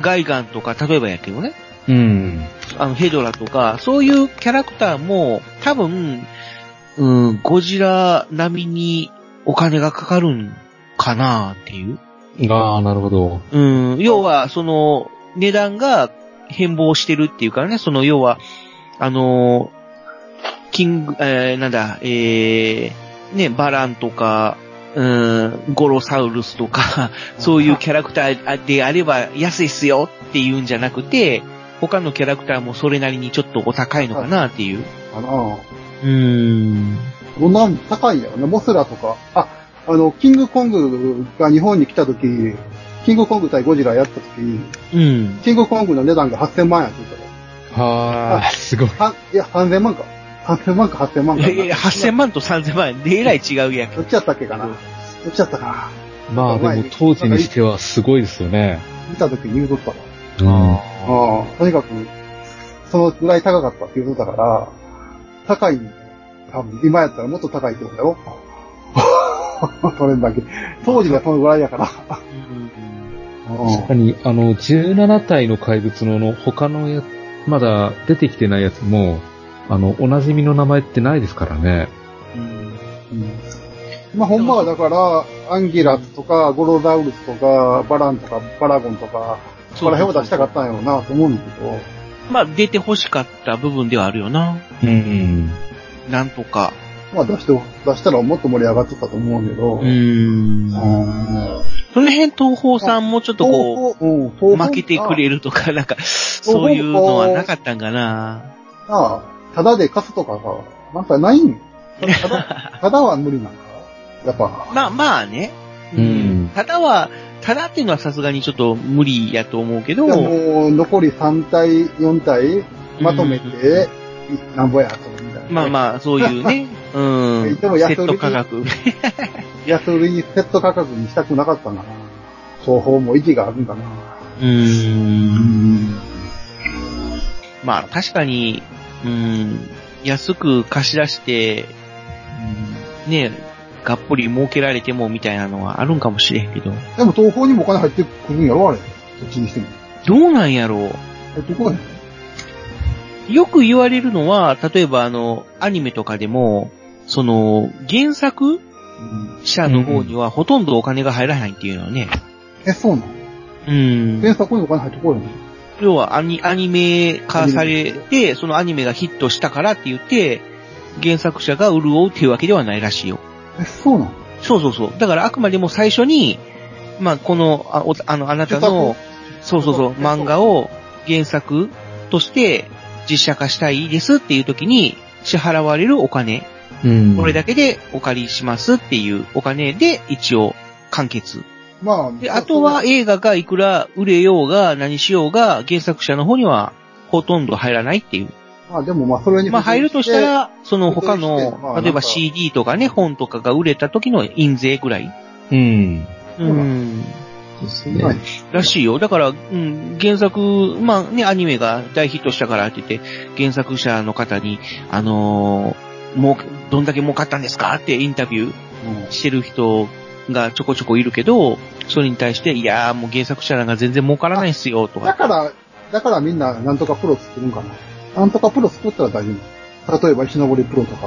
Speaker 6: ガイガンとか、例えばやけどね。
Speaker 4: うん。
Speaker 6: あの、ヘドラとか、そういうキャラクターも、多分、うん、ゴジラ並みにお金がかかるんかなっていう。
Speaker 4: ああ、なるほど。
Speaker 6: うん、要は、その、値段が変貌してるっていうからね、その、要は、あのー、キング、えー、なんだ、えー、ね、バランとか、うん、ゴロサウルスとか、そういうキャラクターであれば安いっすよっていうんじゃなくて、他のキャラクターもそれなりにちょっとお高いのかなっていう。
Speaker 5: かな
Speaker 6: うん。
Speaker 5: どんなん高いんやろね。モスラとか。あ、あの、キングコングが日本に来た時、キングコング対ゴジラやった時、
Speaker 6: うん。
Speaker 5: キングコングの値段が8000万やって言った
Speaker 4: はあ、すごい。
Speaker 5: ら。は、いや、3000万か。 8000万か8000万
Speaker 6: い
Speaker 5: かな。
Speaker 6: やいや、8000万と3000万でえらい違うやん。
Speaker 5: どっちやったっけかな。どっちやったか
Speaker 4: まあでも当時にしてはすごいですよね。
Speaker 5: な。見た時に言うとったわ。
Speaker 4: うん。
Speaker 5: ああ、とにかく、そのぐらい高かったっていうことだから、高い、多分今やったらもっと高いってこと
Speaker 6: *laughs*
Speaker 5: だよ。それだけ。当時がそのぐらい
Speaker 6: *laughs*
Speaker 5: やから。
Speaker 4: 確かに、あの、17体の怪物のあの他のや、まだ出てきてないやつも、あの、おなじみの名前ってないですからね。
Speaker 5: まあ、ほんまはだから、アンギラスとか、ゴロダウルスとか、バランとか、バラゴンとか、そこら辺を出したかったんやろうなと思うんだけど、
Speaker 6: まあ、出て欲しかった部分ではあるよな。
Speaker 4: うん。
Speaker 6: なんとか。
Speaker 5: まあ出して、出したらもっと盛り上がってたと思うけど、
Speaker 6: ん
Speaker 5: うん
Speaker 6: その辺、東宝さんもちょっとこ
Speaker 5: う、うん、
Speaker 6: う、
Speaker 5: 東方
Speaker 6: 負けてくれるとか、なんか、そういうのはなかったんかな。
Speaker 5: なあ、ただで貸すとかさ、なんかないんただ、ただは無理なんかやっぱ、
Speaker 6: まあまあね。
Speaker 4: うん
Speaker 6: ただは、ただっていうのはさすがにちょっと無理やと思うけど
Speaker 5: い、やもう残り3体、4体、まとめて、なんぼや、と、みたいな。
Speaker 6: まあまあ、そういう
Speaker 5: *laughs*
Speaker 6: ね。うん。セ
Speaker 5: でも安売り
Speaker 6: ット価格。
Speaker 5: 安売りにセット価格にしたくなかったな。双方も息があるんだな。
Speaker 6: うん。まあ、確かに、うん、安く貸し出して、うん、ね、がっぽり儲けられてもみたいなのはあるんかもしれんけど。
Speaker 5: でも東方にもお金入ってくるんやろ、あれ。どっちにしても。
Speaker 6: どうなんやろ
Speaker 5: え、どこだ
Speaker 6: うよく言われるのは、例えばあの、アニメとかでも、その、原作者の方にはほとんどお金が入らないっていうのはね。
Speaker 5: え、そうなの
Speaker 6: うん。
Speaker 5: 原作にお金入ってこいの
Speaker 6: 要はアニアニメ化されて、そのアニメがヒットしたからって言って、原作者が潤うっていうわけではないらしいよ。
Speaker 5: え、そうなの
Speaker 6: そうそうそう。だからあくまでも最初に、まあ、この、あ、おあの、あなたの、そうそうそう、
Speaker 5: 著作
Speaker 6: 漫画を原作として実写化したいですっていう時に支払われるお金、
Speaker 4: うん。
Speaker 6: これだけでお借りしますっていうお金で一応完結。
Speaker 5: まあ、
Speaker 6: で、あとは映画がいくら売れようが何しようが原作者の方にはほとんど入らないっていう。
Speaker 5: まあでもまあそれに。
Speaker 6: まあ入るとした、ら、その他
Speaker 5: 付随してまあ
Speaker 6: の
Speaker 5: な、んか
Speaker 6: 例えば CD とかね、本とかが売れた時の印税ぐらい。
Speaker 4: うん。
Speaker 5: う
Speaker 6: うんん。
Speaker 4: です
Speaker 5: は
Speaker 4: ね
Speaker 5: い。
Speaker 6: らしいよ。だから、うん、原作、まあね、アニメが大ヒットしたからって言って、原作者の方に、あのーもう、どんだけ儲かったんですかってインタビュー
Speaker 5: うん
Speaker 6: してる人がちょこちょこいるけど、それに対して、いやーもう原作者なんか全然儲からないっすよ、と
Speaker 5: だ
Speaker 6: か。
Speaker 5: から、だからみんななんとかプロ作るんかな。なんとかプロ作ったら大丈夫。例えば石登りプロとか、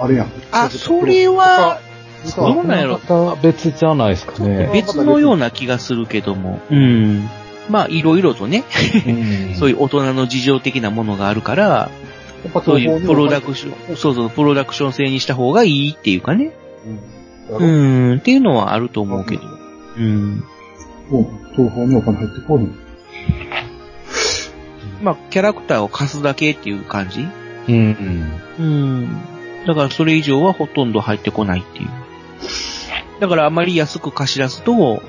Speaker 5: あるやん。
Speaker 6: あ、それは、
Speaker 5: 実
Speaker 6: ど
Speaker 5: は
Speaker 6: うなんやろ
Speaker 4: また別じゃないですかね。
Speaker 6: 別のような気がするけども。うん。まあ、いろいろとね、そう
Speaker 4: い
Speaker 6: いう大人の事情的なものがあるから、
Speaker 5: やっぱ
Speaker 6: そういうプロダク
Speaker 5: シ
Speaker 6: ション、そうそう、プロダクション性にした方がいいっていうかね。
Speaker 5: ョ
Speaker 6: う
Speaker 5: うん。
Speaker 6: ん、っていうのはあると思うけど。うん。
Speaker 5: 東方にお金入ってこいの。
Speaker 6: まあ、キャラクターを貸すだけっていう感じ
Speaker 4: う。うん。
Speaker 6: うん。だからそれ以上はほとんど入ってこないっていう。だからあまり安く貸し出すと、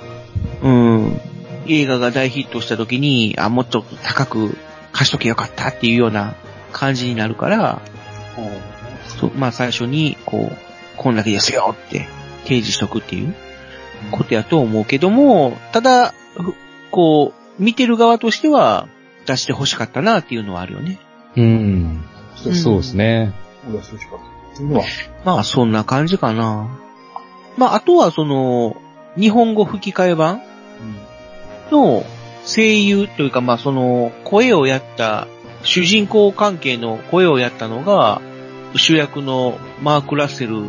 Speaker 6: うん、映画が大ヒットした時に、あ、もっと高く貸しとけよかったっていうような感じになるから、そうまあ最初に、こう、こんだけですよって提示しとくっていうことやと思うけども、ただ、ふこう、見てる側としては出して欲しかったなっていうのはあるよね。
Speaker 4: うん。
Speaker 5: そううんそ
Speaker 4: そうですね。
Speaker 5: うだ、そうしかったっていうのは。
Speaker 6: まあ、そんな感じかな。まあ、あとはその、日本語吹き替え版の声優というか、まあ、その、声をやった、主人公関係の声をやったのが、主役のマーク・ラッセル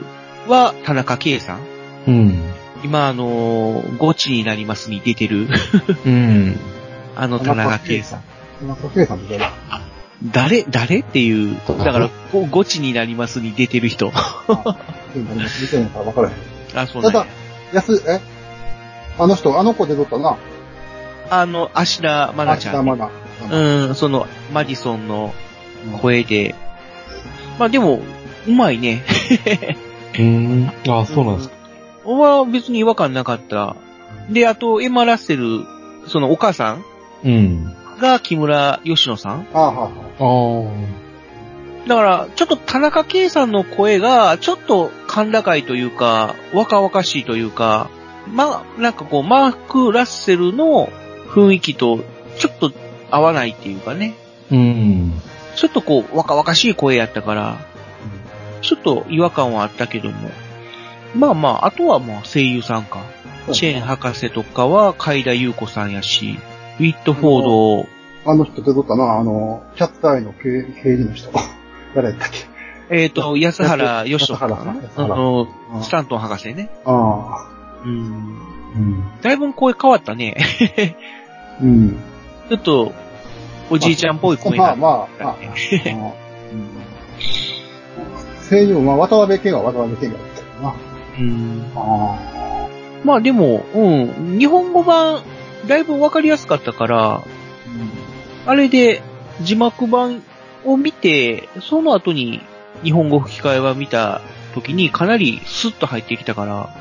Speaker 6: は田中圭さん。
Speaker 4: うん。
Speaker 6: 今、あの、ゴチになりますに出てる、 *laughs*
Speaker 4: うん。
Speaker 6: あの田中圭さん。
Speaker 5: なんか、計算みたいな。
Speaker 6: 誰誰っていう、だから、こうゴチになりますに出てる人。
Speaker 5: 計算みたいなのか分からへん。
Speaker 6: あ、そうな
Speaker 5: た
Speaker 6: んや
Speaker 5: だ、安、えあの人、あの子出とったな。
Speaker 6: あの、芦田愛菜ちゃんね。
Speaker 5: まだ。
Speaker 6: うん、その、マディソンの声で。まあでも、うまいね。
Speaker 4: うん。あ、そうなんですか。
Speaker 6: 俺は別に違和感なかった。で、あと、エマ・ラッセル、そのお母さん
Speaker 4: うん。
Speaker 6: が木村佳乃さん
Speaker 5: ああ、はあはあ。
Speaker 4: ああ。
Speaker 6: だから、ちょっと田中圭さんの声が、ちょっと甲高いというか、若々しいというか、ま、なんかこう、マーク・ラッセルの雰囲気と、ちょっと合わないっていうかね。
Speaker 4: うん。
Speaker 6: ちょっとこう、若々しい声やったから、ちょっと違和感はあったけども。まあまあ、あとはまあ声優さんか。チェーン博士とかは、海田優子さんやし、ウィットフォード、
Speaker 5: あの人出とったな、あの、キャッツアイの経経理の人。 *laughs* 誰やったっけ
Speaker 6: えっ、と、安原義人さんかな
Speaker 5: 安原さ
Speaker 6: あ
Speaker 5: ん
Speaker 6: の、
Speaker 5: うん
Speaker 6: スタントン博士ね。
Speaker 5: ああ。
Speaker 6: うん。
Speaker 4: うん。
Speaker 6: だいぶ声変わったね。 *laughs*
Speaker 5: うん。
Speaker 6: ちょっと、おじいちゃんっぽい声
Speaker 5: まあ
Speaker 6: が。
Speaker 5: まあ、
Speaker 6: *laughs*
Speaker 5: まあ、ああうん声優、まあ、渡辺謙は渡辺謙がやったよな。
Speaker 6: うん
Speaker 5: あ
Speaker 6: まあでも、うん、日本語版、だいぶわかりやすかったから、
Speaker 5: あ。
Speaker 6: あれで字幕版を見て、その後に日本語吹き替え版見た時にかなりスッと入ってきたから、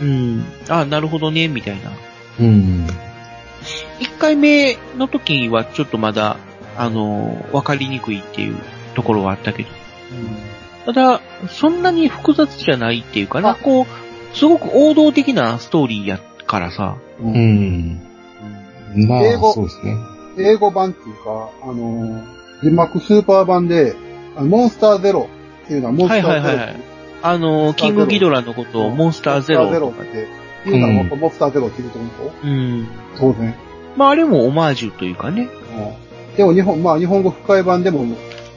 Speaker 6: うん、あなるほどね、みたいな。
Speaker 4: うん。
Speaker 6: 一回目の時はちょっとまだ、あの、わかりにくいっていうところはあったけど。ただ、そんなに複雑じゃないっていうかな、
Speaker 5: あ
Speaker 6: こう、すごく王道的なストーリーやからさ。
Speaker 5: うん。
Speaker 1: う
Speaker 5: うん
Speaker 1: ん。ま
Speaker 5: 英語
Speaker 1: あ、そうですね。
Speaker 5: 英語版っていうか、あのー、字幕スーパー版で、あのモンスターゼロっていうのはモン
Speaker 6: は
Speaker 5: ス
Speaker 6: い
Speaker 5: ターゼロ。
Speaker 6: はいはいはい。あの、キングギドラのことをモンスターゼ
Speaker 5: モンスター
Speaker 6: ロ
Speaker 5: ゼロ。っていうのはモンスターゼロって言うと思う
Speaker 6: うん。
Speaker 5: 当然。
Speaker 6: まああれもオマージュというかね、
Speaker 5: うんでも日本、まあ日本語吹き替え版でも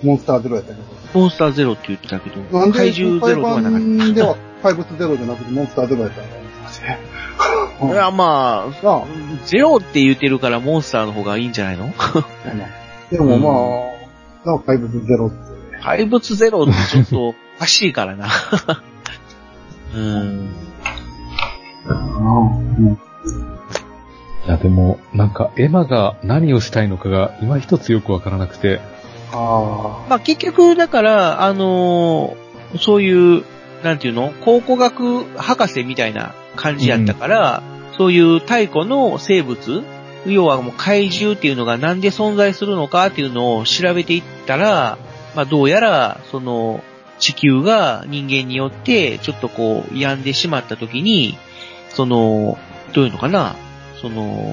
Speaker 5: モンスターゼロやったけど。
Speaker 6: モンスターゼロって言ってたけど、
Speaker 5: なんで
Speaker 6: 怪
Speaker 5: 吹き
Speaker 6: 獣
Speaker 5: 替
Speaker 6: ゼ
Speaker 5: え
Speaker 6: ロとはなかっ
Speaker 5: 版では怪物ゼロじゃなくてモンスターゼロやったんだよね。
Speaker 6: *laughs* た。 *laughs* いや、まあ、
Speaker 5: なあ
Speaker 6: ゼロって言ってるからモンスターの方がいいんじゃないの
Speaker 5: でもまあ、なお怪物ゼロって。
Speaker 6: 怪物ゼロってちょっとおかしいからな。 *laughs* うん。
Speaker 4: いや、でも、なんか、エマが何をしたいのかが、今一つよくわからなくて。
Speaker 5: あ
Speaker 6: まあ結局、だから、あのーそういう、なんていうの考古学博士みたいな感じやったから、そういう太古の生物、要はもう怪獣っていうのがなんで存在するのかっていうのを調べていったら、まあどうやら、その、地球が人間によって、ちょっとこう、病んでしまった時に、その、どういうのかなその、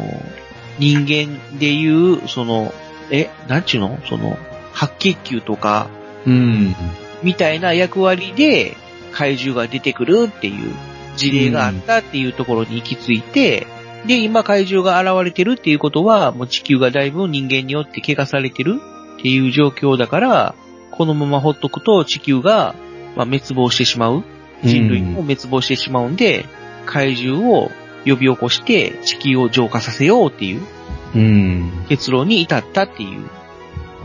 Speaker 6: 人間でいう、その、え、なんちゅうのその、白血球とか、
Speaker 4: うん。
Speaker 6: みたいな役割で怪獣が出てくるっていう事例があったっていうところに行き着いて、で、今怪獣が現れてるっていうことは、もう地球がだいぶ人間によって怪我されてるっていう状況だから、このままほっとくと地球が、まあ、滅亡してしまう。人類も滅亡してしまうんで、怪獣を呼び起こして地球を浄化させようっていう
Speaker 4: うん。
Speaker 6: 結論に至ったっていう。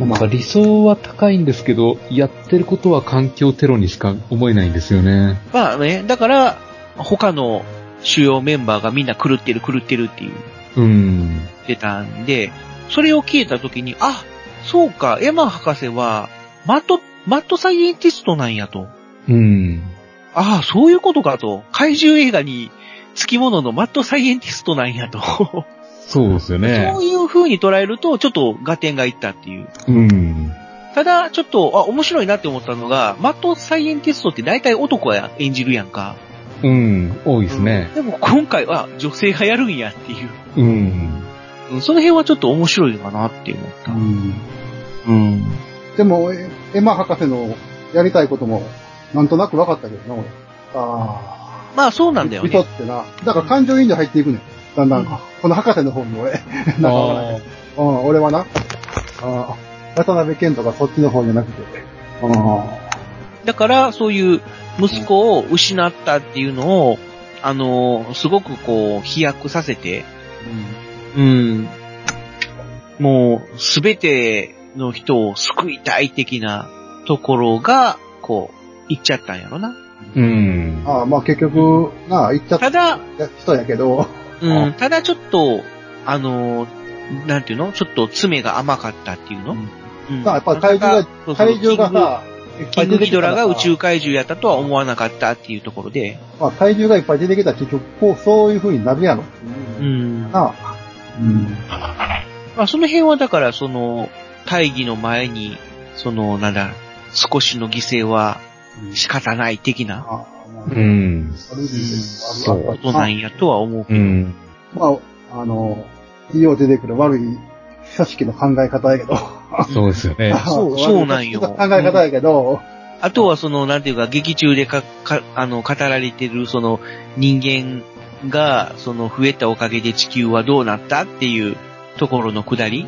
Speaker 4: なんか理想は高いんですけど、やってることは環境テロにしか思えないんですよね。
Speaker 6: まあね、だから、他の主要メンバーがみんな狂ってる狂ってるっていう、
Speaker 4: うん。
Speaker 6: 出たんで、それを聞いた時に、あ、そうか、エマ博士は、マット、マットサイエンティストなんやと。
Speaker 4: うん。
Speaker 6: ああ、そういうことかと。怪獣映画に、付き物のマットサイエンティストなんやと。
Speaker 4: そうですよね
Speaker 6: そ。ういう風に捉えると、ちょっと合点がいったっていう。
Speaker 4: うん。
Speaker 6: ただ、ちょっと、あ、面白いなって思ったのが、マットサイエンティストって大体男が演じるやんか。
Speaker 4: うん。多いですね。
Speaker 6: でも今回は女性がやるんやっていう。
Speaker 4: うん。
Speaker 6: うんその辺はちょっと面白いかなって思った。
Speaker 5: うん
Speaker 4: *laughs*
Speaker 6: うん。
Speaker 5: でも、えエマ博士のやりたいことも、なんとなく分かったけどな、俺。あ
Speaker 6: まあそう
Speaker 5: あ。
Speaker 6: なんだよ
Speaker 5: 見と
Speaker 6: ね
Speaker 5: っ。てな。だから感情移入入っていくねん。だんだん、この博士の方に俺、なんかわからんけど *laughs* うん、俺はな、ああ渡辺謙とかそっちの方じゃなくて、あ
Speaker 6: だから、そういう息子を失ったっていうのを、あのーすごくこう、飛躍させて、うん。もう、すべての人を救いたい的なところが、こう、いっちゃったんやろな。
Speaker 4: うん。
Speaker 5: ああ、まあ結局、なあ、行っちゃった
Speaker 6: だ、
Speaker 5: 人やけど、
Speaker 6: うん、ただちょっと、あのーなんていうのちょっと爪が甘かったっていうの、うん
Speaker 5: まあやっぱ怪獣が
Speaker 6: そうそう
Speaker 5: 体重がさ、いっぱ
Speaker 6: キ
Speaker 5: い
Speaker 6: ング
Speaker 5: 出て
Speaker 6: ギ
Speaker 5: きた
Speaker 6: ド
Speaker 5: ら
Speaker 6: ラが
Speaker 5: さ
Speaker 6: 宇宙怪獣やったとは思わなかったっていうところで。
Speaker 5: まあ、体重がいっぱい出てきたら結局、こう、そういう風になるやろ。
Speaker 6: うん。ま
Speaker 5: なあ。うん。
Speaker 6: あその辺はだからその、大義の前に、その、なんだ、少しの犠牲は仕方ない的な
Speaker 5: あーまあ
Speaker 1: うん。
Speaker 5: ある意味
Speaker 1: そう
Speaker 5: あ
Speaker 6: こ
Speaker 5: る
Speaker 6: となんやとは思うけ
Speaker 1: う
Speaker 6: ど。
Speaker 1: ん。
Speaker 5: まあ、あの、よう出てくる悪い組織の考え方やけど。
Speaker 1: そうですよね。
Speaker 6: そうそうなんよ
Speaker 5: 悪い組織の考え方やけど、
Speaker 6: あとはその、なんていうか、劇中でか、か、あの、語られてる、その、人間が、その、増えたおかげで地球はどうなったっていうところのくだり、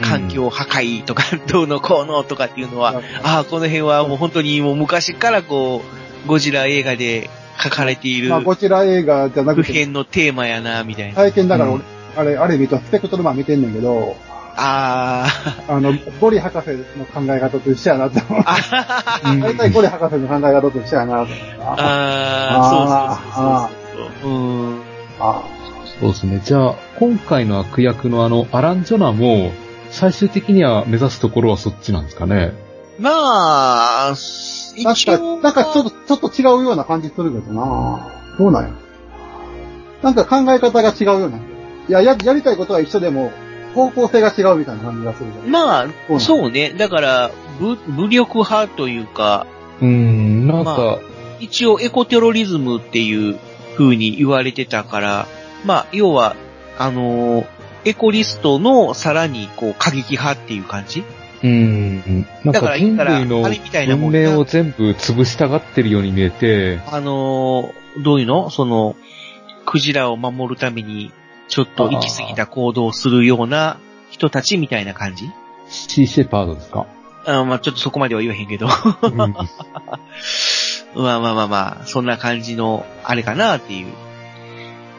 Speaker 6: 環境破壊とか、 *laughs* どうのこうのとかっていうのは、ああ、この辺はもう本当にもう昔からこう、ゴジラ映画で書かれている
Speaker 5: まあ、こちら映画じゃな
Speaker 6: 普
Speaker 5: くて、
Speaker 6: 遍のテーマやな、みたいな。
Speaker 5: 最近だから
Speaker 1: う
Speaker 5: 俺、あれ、ある意味とスペクトルマン見てんねんけど、
Speaker 6: あー
Speaker 5: あの、ゴリ博士の考え方と一緒やなって *laughs* 思う。
Speaker 6: あははは、
Speaker 1: うん
Speaker 5: 大体ゴリ博士の考え方と一緒やなって思うな。
Speaker 6: あー、そうそうそうそ
Speaker 5: あ
Speaker 6: うそう。うん。
Speaker 5: あ
Speaker 4: そうですね。じゃあ、今回の悪役のあの、アラン・ジョナも、最終的には目指すところはそっちなんですかね。
Speaker 6: まあ、
Speaker 5: なん
Speaker 6: 一応
Speaker 5: か、なんかちょっと、ちょっと違うような感じするけどなどうなんや。なんか考え方が違うような。いや、や、やりたいことは一緒でも、方向性が違うみたいな感じがするじゃん。
Speaker 6: ま
Speaker 5: うん
Speaker 6: あ、そうね。だから、武、武力派というか、
Speaker 4: うん、なんか、
Speaker 6: ま一応エコテロリズムっていう風に言われてたから、まあ、要は、あのーエコリストのさらに、こう、過激派っていう感じ
Speaker 4: うん、な
Speaker 6: だ
Speaker 4: ん
Speaker 6: か
Speaker 4: から人
Speaker 6: 言ったら
Speaker 4: 類の
Speaker 6: あれみたいなも
Speaker 4: 文
Speaker 6: んや
Speaker 4: 明を全部潰したがってるように見えて、
Speaker 6: あのーどういうのその、クジラを守るために、ちょっと行き過ぎた行動をするような人たちみたいな感じ
Speaker 4: シーシェパードですか、
Speaker 6: あまあ、ちょっとそこまでは言えへんけど。 *laughs*
Speaker 4: うん、あ
Speaker 6: まあまあまあまあ、そんな感じの、あれかなっていう。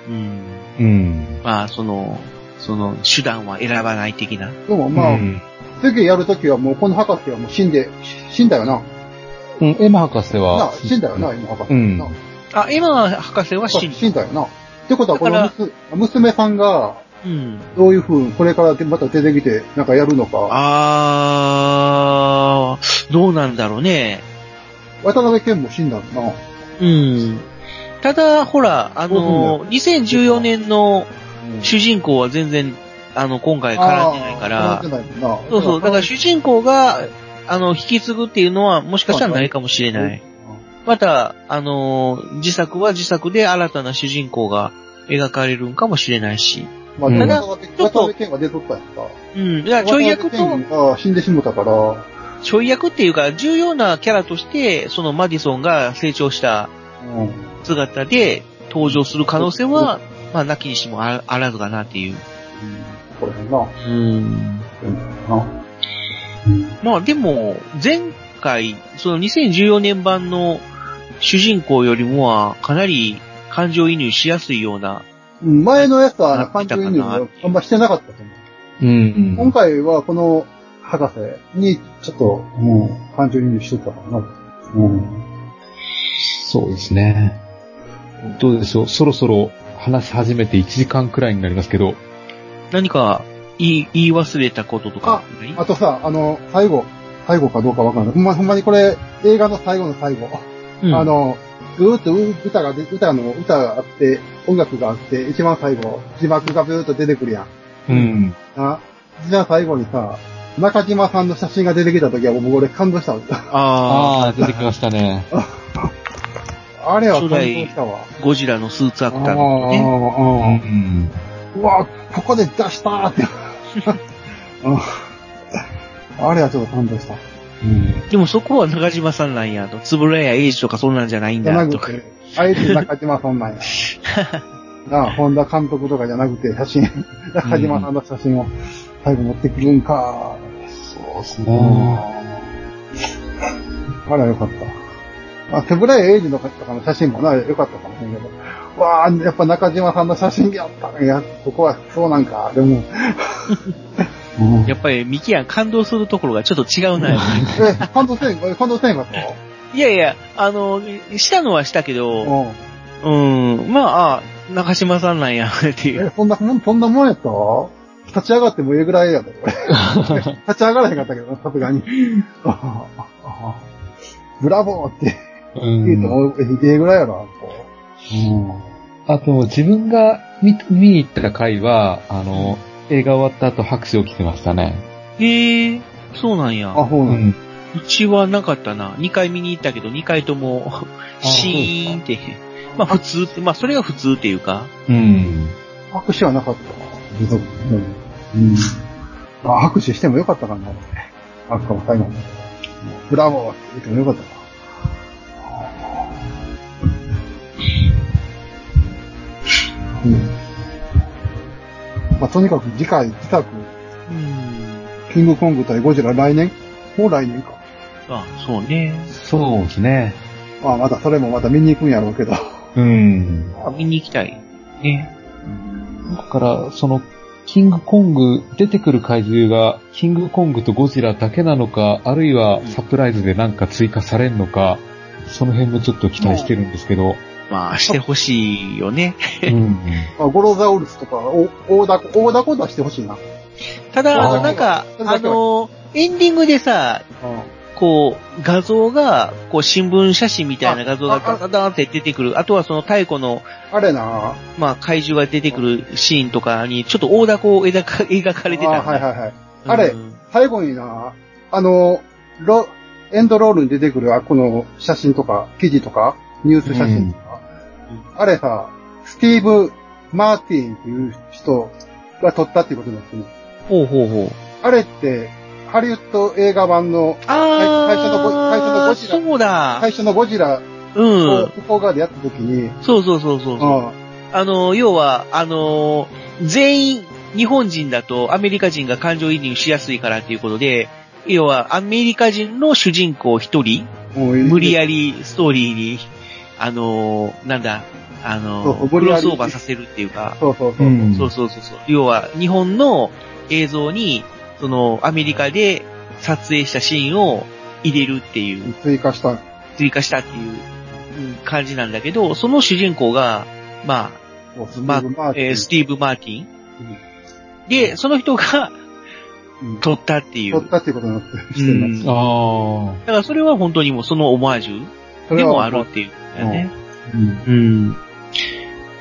Speaker 6: うん。
Speaker 1: うん。
Speaker 6: まあ、その、その、手段は選ばない的な。
Speaker 5: でもまあ、
Speaker 1: うん
Speaker 5: 次やるときはもうこの博士はもう死んで、死んだよな。
Speaker 4: うん、エマ博士
Speaker 5: な
Speaker 4: は、
Speaker 5: 死んだよな、今博士。
Speaker 4: うん
Speaker 5: な
Speaker 6: あ、今、博士は死ん
Speaker 5: 死んだよな。ってことは、この
Speaker 6: だ
Speaker 5: 娘娘さんが、
Speaker 6: うん。
Speaker 5: どういうふうに、これからまた出てきて、なんかやるのか。
Speaker 6: あー、どうなんだろうね。
Speaker 5: 渡辺謙も死んだよな。
Speaker 6: うん。ただ、ほら、あの、2014年の主人公は全然、あの、今回絡んでないか
Speaker 5: あ
Speaker 6: ら
Speaker 5: ー絡、んでないもんな。
Speaker 6: そうそう、だから主人公が、あの、引き継ぐっていうのは、もしかしたらないかもしれない。また、あのー自作は自作で新たな主人公が描かれるんかもしれないし。
Speaker 5: まあ、
Speaker 1: うん
Speaker 5: 渡辺
Speaker 6: ちょっと
Speaker 5: 渡辺謙が出とったやんか。
Speaker 6: うん。だからちょい役
Speaker 5: 渡
Speaker 6: と
Speaker 5: 辺、謙が死んでしもたから、
Speaker 6: ちょい役っていうか、重要なキャラとして、そのマディソンが成長した
Speaker 5: うん。
Speaker 6: 姿で登場する可能性は、まあ、なきにしもあらあらずかなっていう。
Speaker 5: これな。
Speaker 6: うん。
Speaker 5: な。
Speaker 6: まあ、でも、前回、その2014年版の主人公よりもは、かなり感情移入しやすいような、
Speaker 5: うん前のやつは、
Speaker 6: な
Speaker 5: 感
Speaker 6: って
Speaker 5: 情
Speaker 6: たか
Speaker 5: 移
Speaker 6: な
Speaker 5: 入はあんましてなかったと思う。
Speaker 4: うん、
Speaker 5: 今回はこの博士にちょっと、うん、感情移入しとったかな。うん。
Speaker 4: そうですね。どうでしょう、そろそろ話し始めて1時間くらいになりますけど、
Speaker 6: 何か言い言い忘れたこととかない
Speaker 5: あとさ、あの、最後、最後かどうかわからない。ほんま、ほんまにこれ、映画の最後の最後。
Speaker 6: うん
Speaker 5: あの、ずーっと歌がで、歌の、歌があって、音楽があって、一番最後、字幕がずーっと出てくるやん。
Speaker 4: うん、
Speaker 5: あ、じゃあ最後にさ、中島さんの写真が出てきた時はもう俺感動した。
Speaker 6: あ
Speaker 4: ああ、出てきましたね。
Speaker 5: *laughs* あれは感動したわ。
Speaker 6: あ、ゴジラのスーツア
Speaker 5: あ
Speaker 6: クターのね。
Speaker 4: う
Speaker 5: あ、
Speaker 4: ん、
Speaker 5: うわ、ここで出したー *laughs* って。あれはちょっと感動した。
Speaker 4: うん、
Speaker 6: でもそこは中島さんなんやと、つぶらや英二とかそんなんじゃないん
Speaker 5: じゃ
Speaker 6: だ
Speaker 5: な
Speaker 6: と
Speaker 5: く
Speaker 6: か。
Speaker 5: て、あいつ中島さんなんや。なあ、本田監督とかじゃなくて、写真、中島さんの写真を最後持ってくるんか
Speaker 4: そうです
Speaker 5: ー。
Speaker 4: ね。
Speaker 5: あら、よかった。あ、手ぶらエイジの方とかの写真もな、よかったかもしれんけど。わあ、やっぱ中島さんの写真やった。いや、ここはそうなんか、でも。うん
Speaker 6: やっぱりミキヤン感動するところがちょっと違うな。
Speaker 5: え、感動せん、え感動せんかった
Speaker 6: いやいや、あの、したのはしたけど、
Speaker 5: うん。
Speaker 6: うん、まあ、ああ中島さんなんや *laughs* っていう。
Speaker 5: え、そんなもん、そんなもんやった立ち上がってもええぐらいや
Speaker 6: *laughs*
Speaker 5: で、これ。立ち上がらへんかったけどな、さすがに。あああブラボーって
Speaker 4: う
Speaker 5: 言うんと、もええぐらいやな、こ
Speaker 4: あと、自分が見、見に行った回は、あの、映画終わった後拍手を聞きましたね。
Speaker 6: へえ、そうなんや
Speaker 5: う。。あ、そう
Speaker 4: う
Speaker 5: なんだ。
Speaker 6: う
Speaker 4: ん。
Speaker 6: ちはなかったな。2回見に行ったけど、2回と *laughs* も、シーンって。まあ普通って、まあそれが普通っていうか。
Speaker 1: うん。
Speaker 5: 拍手はなかったな。うん。うん。あ、拍手してもよかったかな。あるかも最後に。ブラボーって言ってもよかったな。うん。まあ、とにかく次回、自宅、
Speaker 6: うん。
Speaker 5: キングコング対ゴジラ来年もう来年か。
Speaker 6: あ、そうね。
Speaker 1: そうですね。
Speaker 5: まあ、まだそれもまた見に行くんやろうけど。 *laughs*
Speaker 1: うん。
Speaker 6: 見に行きたい。ね。
Speaker 4: だから、その、キングコング、出てくる怪獣が、キングコングとゴジラだけなのか、あるいはサプライズでなんか追加されんのか、その辺もちょっと期待してるんですけど、
Speaker 6: まあしてほしいよね。
Speaker 4: うん。
Speaker 5: まあ、ゴロザウルスとか、お大ダコ、大ダコ出してほしいな。
Speaker 6: ただ、
Speaker 4: あー
Speaker 6: なんか、
Speaker 5: それ
Speaker 6: あ
Speaker 5: だけは
Speaker 6: の、エンディングでさ、こう、画像が、こう、新聞写真みたいな画像が
Speaker 5: あ
Speaker 6: ダダダーンって出てくる。あとはその太古の、
Speaker 5: あれなあ
Speaker 6: まあ、怪獣が出てくるシーンとかに、ちょっと大凧を描か描かれてた
Speaker 5: あ
Speaker 6: んだ
Speaker 5: はいはいはい。あれ
Speaker 6: うん
Speaker 5: 最後にな、あの、ロ、エンドロールに出てくる、あ、この写真とか、記事とか、ニュース写真とか、あれさ、スティーブ・マーティンっていう人が撮ったっていうことなんですね。
Speaker 6: ほうほうほう。
Speaker 5: あれって、ハリウッド映画版の、
Speaker 6: あ
Speaker 5: 最初のゴ最初のゴジラ
Speaker 6: そうだ。
Speaker 5: 最初のゴジラ
Speaker 6: う
Speaker 5: を
Speaker 6: ん。
Speaker 5: 向こう側でやった時に、
Speaker 6: そうそうそうそうそう。
Speaker 5: あ
Speaker 6: あの、要は、あの、全員、日本人だとアメリカ人が感情移入しやすいからっていうことで、要はアメリカ人の主人公一人、
Speaker 5: もう
Speaker 6: 無理やりストーリーに、あの、なんだ、あ
Speaker 5: そ
Speaker 6: の、
Speaker 5: う無
Speaker 6: ク
Speaker 5: 理
Speaker 6: ロ
Speaker 5: やり
Speaker 6: スオーバーさせるっていうか、
Speaker 5: そうそうそうう。
Speaker 1: ん。
Speaker 6: そうそうそうそう。要は、日本の映像に、その、アメリカで撮影したシーンを入れるっていう。
Speaker 5: 追加した。
Speaker 6: 追加したっていううん感じなんだけど、その主人公が、ま
Speaker 5: そうス
Speaker 6: あ、
Speaker 5: ティ
Speaker 6: ま
Speaker 5: ーブ・マ
Speaker 6: あ
Speaker 5: ー、テ
Speaker 6: え
Speaker 5: ィ
Speaker 6: ー
Speaker 5: ン。
Speaker 6: スティーブ・マーティン。で、その人が
Speaker 5: うん
Speaker 6: 撮ったっていう。
Speaker 5: 撮ったっていうことになってしてる
Speaker 6: うん
Speaker 5: んだ。
Speaker 6: だか
Speaker 4: ああ。
Speaker 6: らそれは本当にもうそのオマージュ
Speaker 5: そ
Speaker 6: で
Speaker 5: れは
Speaker 6: もあるっていうことだよね。
Speaker 4: うん。
Speaker 6: うん。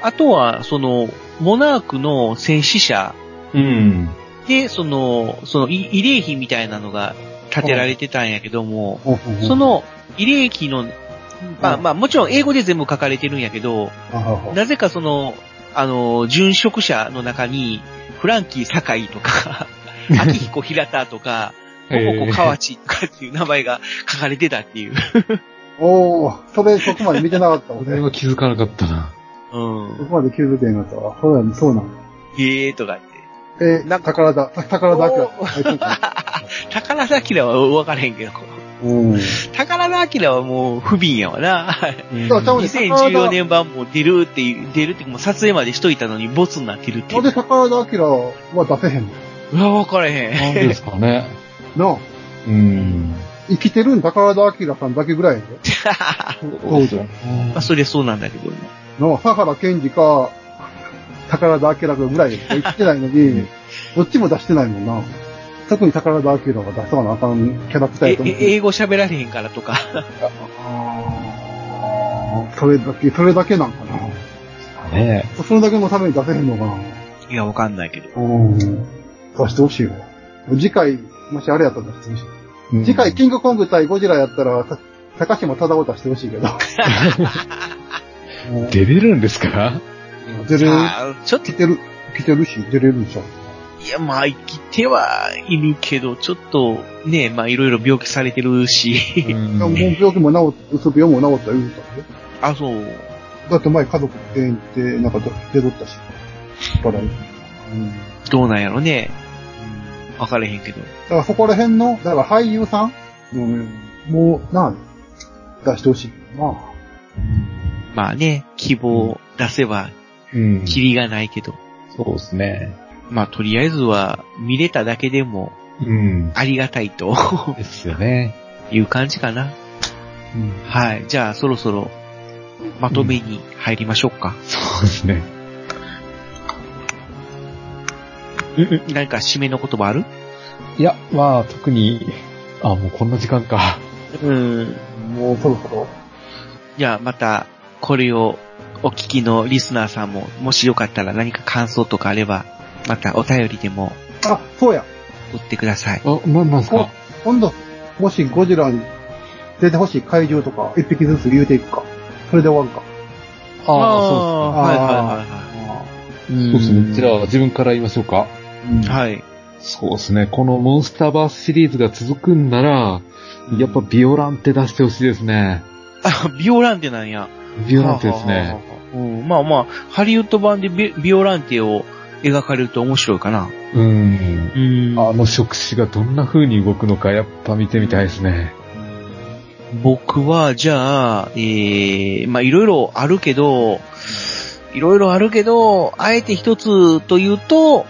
Speaker 6: あとは、その、モナークの戦死者
Speaker 1: うん。
Speaker 6: で、その、そのい慰霊碑みたいなのが建てられてたんやけども、
Speaker 5: ほうほうほう
Speaker 6: そ、の慰霊碑の、まあまあもちろん英語で全部書かれてるんやけど、
Speaker 5: あはは
Speaker 6: なぜかその、あの、殉職者の中に、フランキー坂井とか、
Speaker 4: *laughs*
Speaker 6: 秋彦平田とか、ポココ河内とかっていう名前が書かれてたっていう。
Speaker 5: おー、それそこまで見てなかった
Speaker 4: こ
Speaker 5: 俺。 *laughs*
Speaker 4: れは気づかなかったな。
Speaker 6: うん。
Speaker 5: ここまで90点になったわ。そうやね、そうなの。
Speaker 6: へえーとかって。
Speaker 5: えー、
Speaker 6: なんか
Speaker 5: 宝田、宝田明
Speaker 6: お
Speaker 5: 入ってるか。
Speaker 6: 宝田明は分からへんけど、
Speaker 5: うん。
Speaker 6: 宝田明はもう不憫やわな。
Speaker 5: そう、ちゃうね、
Speaker 6: 2014年版も出るっていう、出るっていうかもう撮影までしといたのにボツになってるってい
Speaker 5: なんで
Speaker 6: う。
Speaker 5: 宝田明は出せへんの
Speaker 6: うわ、分からへん。
Speaker 4: なんですかね。
Speaker 5: なあ、
Speaker 4: うん。
Speaker 5: 生きてるん宝田明さんだけぐらいやで。そうじゃん。
Speaker 6: まあ、 *laughs* それそうなんだけどね。
Speaker 5: なあ、佐原健二か、宝田明君ぐらいで生きてないのに、どっちも出してないもんな。特に宝田明は出さなあかんキャラクター
Speaker 6: え
Speaker 5: やと思う。
Speaker 6: え英語喋られへんからとか。
Speaker 5: あーそれだけ、それだけなんかな。
Speaker 4: ね
Speaker 5: それだけのために出せへんのかな。
Speaker 6: いや、わかんないけど。
Speaker 5: うん。出してほしいわ。次回、もしあれやったら出してほしい。
Speaker 4: え
Speaker 5: 次回、キングコング対ゴジラやったら、た高島忠夫出してほしいけ *laughs* ど。うん
Speaker 1: 出れるんですか
Speaker 5: 出れる、
Speaker 6: あーちょっと
Speaker 5: 来、てる、来てるし、出れるんちゃう
Speaker 6: いや、まあ、生きてはいるけど、ちょっと、ね、まあ、いろいろ病気されてる
Speaker 5: *laughs*
Speaker 6: し。
Speaker 5: いやもう病気も治っ、うつ病も治った言うたんで。
Speaker 6: あ、そう。
Speaker 5: だって前家族全員って、なんか出とったし。バラエティうん。
Speaker 6: どうなんやろね。わかれへんけど。
Speaker 5: だからそこら辺の、だから俳優さん、うん、もう、なあ出してほしいな。
Speaker 6: まあね、希望を出せば、
Speaker 1: うん
Speaker 6: キリがないけど。
Speaker 1: そうですね。
Speaker 6: まあ、とりあえずは、見れただけでも、
Speaker 1: うん。
Speaker 6: ありがたいと *laughs*
Speaker 1: ですよね。
Speaker 6: いう感じかな。
Speaker 5: うん。
Speaker 6: はい。じゃあ、そろそろ、まとめに入りましょうか。
Speaker 1: そうですね。
Speaker 6: 何か締めの言葉ある
Speaker 4: いや、まあ、特に、あ、もうこんな時間か。
Speaker 6: うん。
Speaker 5: もうそろそろ。
Speaker 6: じゃあまた、これをお聞きのリスナーさんも、もしよかったら何か感想とかあれば、またお便りでも
Speaker 5: あ、そうや。
Speaker 6: 打ってください。
Speaker 4: あ、まあ、まあ、
Speaker 5: こ今度、もしゴジラに出てほしい怪獣とか、一匹ずつ言うていくか。それで終わるか。
Speaker 4: ああ、
Speaker 6: あーはい
Speaker 5: そうですね
Speaker 6: はいはい
Speaker 4: そうですね。そうですね。じゃあ自分から言いましょうか。
Speaker 6: はい。はい。
Speaker 4: そうですね。このモンスターバースシリーズが続くんなら、やっぱビオランテ出してほしいですね。
Speaker 6: *laughs* あ、ビオランテなんや。
Speaker 4: ビオランテですね。
Speaker 6: うん、まあまあ、ハリウッド版でビビオランテを描かれると面白いかな。
Speaker 4: うん。
Speaker 6: うん
Speaker 4: あの触手がどんな風に動くのか、やっぱ見てみたいですね。
Speaker 6: 僕は、じゃあ、えー、まあいろいろあるけど、いろいろあるけど、あえて一つと言うと、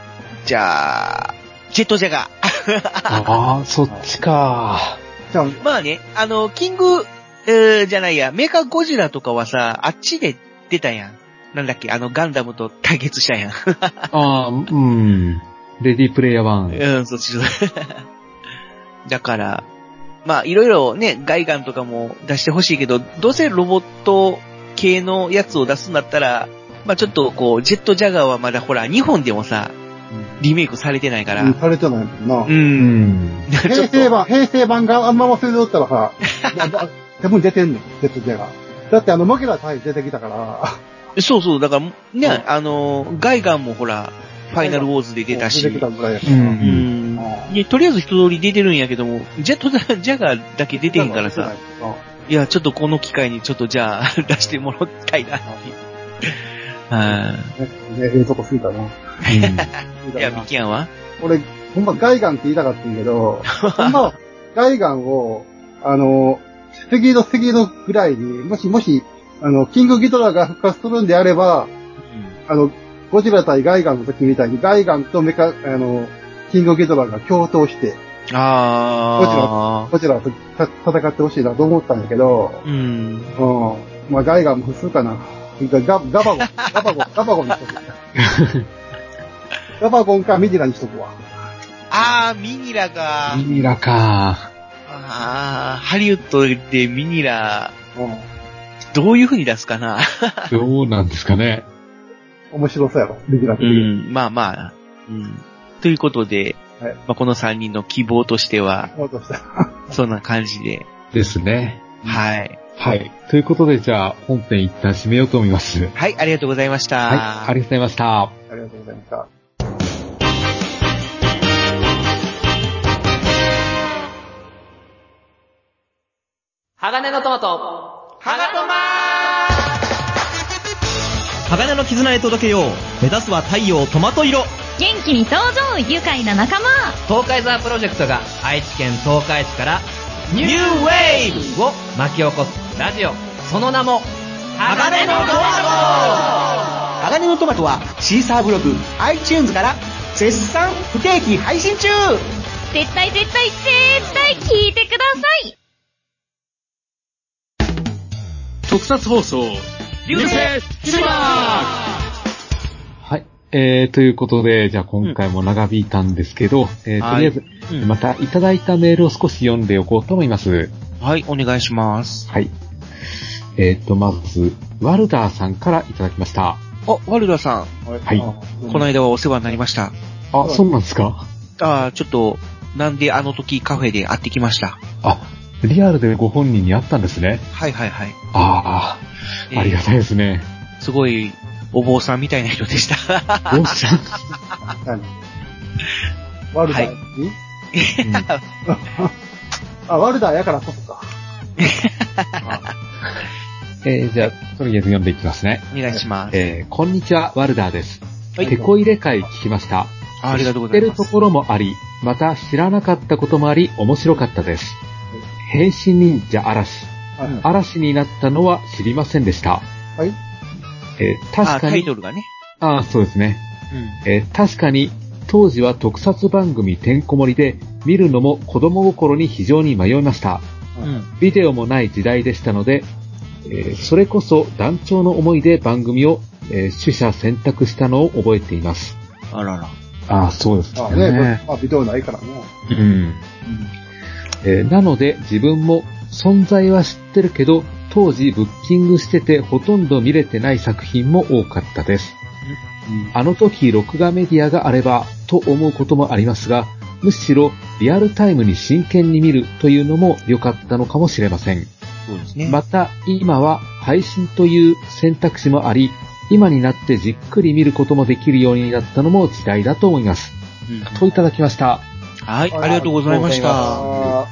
Speaker 6: じゃあ、ジェットジャガー。
Speaker 4: ああ、そっちか。
Speaker 5: じゃあ、
Speaker 6: まあね、あの、キング、えー、じゃないや、メカゴジラとかはさ、あっちで出たやん。なんだっけ、あの、ガンダムと対決したやん。
Speaker 4: ああ、うん。レディープレイヤー1。
Speaker 6: うん、 *laughs* そっちだ。だから、まあ、いろいろね、ガイガンとかも出してほしいけど、どうせロボット系のやつを出すんだったら、まあちょっとこう、ジェットジャガーはまだほら、日本でもさ、リメイクされてないか
Speaker 5: うん
Speaker 6: ら。
Speaker 5: されてないもんな
Speaker 6: う。。
Speaker 4: うんん。
Speaker 6: ちょ
Speaker 5: 平
Speaker 6: っと
Speaker 5: 成版、平成版があんま忘れとったら
Speaker 6: *laughs*
Speaker 5: さ、だだ多分出てんねん、ジェットジャガー。だってあの、マキラ対出てきたから、
Speaker 6: そうそう、だから、ね、
Speaker 5: うん
Speaker 6: あの、ガイガンもほら、ファイナルウォーズで出たし。
Speaker 5: 出てきたぐらいやし
Speaker 4: う。
Speaker 6: うんん。ね、とりあえず人通り出てるんやけども、ジェットジャガーだけ出てへんからさ。。いや、ちょっとこの機会にちょっとじゃあ *laughs* 出してもらいたいなっていう。は
Speaker 5: ね、ねええとこ過ぎたな。
Speaker 6: い。いや、ミキヤンは
Speaker 5: 俺、ほんまガイガンって言いたかったんやけど、ほんまはガイガンを、あの、セギードセギードぐらいに、もしもし、あの、キングギドラが復活するんであれば、あの、ゴジラ対ガイガンの時みたいに、ガイガンとメカ、あの、キングギドラが共闘して、
Speaker 6: あ
Speaker 5: ゴジラとた戦ってほしいなと思ったんやけど、
Speaker 6: ー。うん。
Speaker 5: うん。まあ、ガイガンも普通かな。ガガガバゴン、ガバゴン、ガバゴンにしとく。ガバゴンかミディラにしとくわ。
Speaker 6: あー、ミニラか。
Speaker 4: ミニラか。
Speaker 6: あー、ハリウッドでミニラ、
Speaker 5: うん。
Speaker 6: どういう風に出すかな。
Speaker 4: どうなんですかね。
Speaker 5: 面白そうやろ、ミディラって。
Speaker 6: うん、 *laughs* まあまあ。うん。ということで、
Speaker 5: はい
Speaker 6: まあ、この3人の希望としては、
Speaker 5: そう *laughs* としたら
Speaker 6: そんな感じで、
Speaker 4: ですね。
Speaker 6: はい。
Speaker 4: はい。ということで、じゃあ、本編一旦締めようと思います。はい。
Speaker 6: はい、ありがとうございました。
Speaker 4: ありがとうございました。
Speaker 5: ありがとうございました。
Speaker 2: 鋼のトマト。ハガトマ
Speaker 8: 鋼の絆へ届けよう目指すは太陽トマト色
Speaker 9: 元気に登場愉快な仲間
Speaker 8: 東海ザープロジェクトが愛知県東海市からニューウェーブを巻き起こすラジオその名も鋼のトマ
Speaker 3: 鋼のトマトはシーサーブログ、iTunes から絶賛不定期配信中
Speaker 9: 絶対絶対絶対聞いてください
Speaker 7: 特撮放送、流星シルバー
Speaker 4: はい。えー、ということで、じゃあ今回も長引いたんですけど、えー、とりあえず、
Speaker 6: うん
Speaker 4: またいただいたメールを少し読んでおこうと思います。
Speaker 6: はい、お願いします。
Speaker 4: はい。えっ、と、まず、ワルダーさんからいただきまし
Speaker 6: あ、
Speaker 4: た。
Speaker 6: ワルダさん、
Speaker 4: はい
Speaker 6: この間はお世話になりました。
Speaker 4: あ、そうなんですか
Speaker 6: ああ、ちょっと、なんであの時カフェで会ってきました。
Speaker 4: あ、リアルでご本人に会ったんですね。
Speaker 6: はいはいはい。
Speaker 4: あ
Speaker 6: え
Speaker 4: あ、
Speaker 6: ー
Speaker 4: ありがたいですね。
Speaker 6: すごい、お坊さんみたいな人でした。
Speaker 4: どうした
Speaker 5: 何ワルダーに、あ、ワルダーやからこそか。
Speaker 4: えー、じゃあ、とりあえず読んでいきますね。
Speaker 6: *laughs* お願いします。
Speaker 4: えー、こんにちは、ワルダーです。
Speaker 6: はい
Speaker 4: テコ入れ会聞きました。
Speaker 6: あありがとうございま
Speaker 4: 知って
Speaker 6: す
Speaker 4: ると。ころもあり、また知らなかったこともあり、面白かったです。変身忍者嵐。
Speaker 5: はい
Speaker 4: 嵐になったのは知りませんでした。
Speaker 5: はい。
Speaker 4: えー
Speaker 6: あ
Speaker 4: 確
Speaker 6: あ、
Speaker 4: か
Speaker 6: タイ
Speaker 4: に、
Speaker 6: トルがね。
Speaker 4: ああ、そうですね。
Speaker 6: うん。
Speaker 4: えー確かに、当時は特撮番組てんこ盛りで、見るのも子供心に非常に迷いました。
Speaker 6: うん。
Speaker 4: ビデオもない時代でしたので、えーそれこそ団長の思いで番組を、えー取捨選択したのを覚えています。
Speaker 6: あらら。
Speaker 4: ああ、そうです
Speaker 5: まあね、まあビデオないからね。
Speaker 4: うんえーなので自分も存在は知ってるけど、当時ブッキングしててほとんど見れてない作品も多かったです。あの時録画メディアがあればと思うこともありますが、むしろリアルタイムに真剣に見るというのも良かったのかもしれません。
Speaker 6: そうですね。
Speaker 4: また、今は配信という選択肢もあり、今になってじっくり見ることもできるようになったのも時代だと思います。といただきました。
Speaker 6: はい、ありがとうございました。
Speaker 5: あ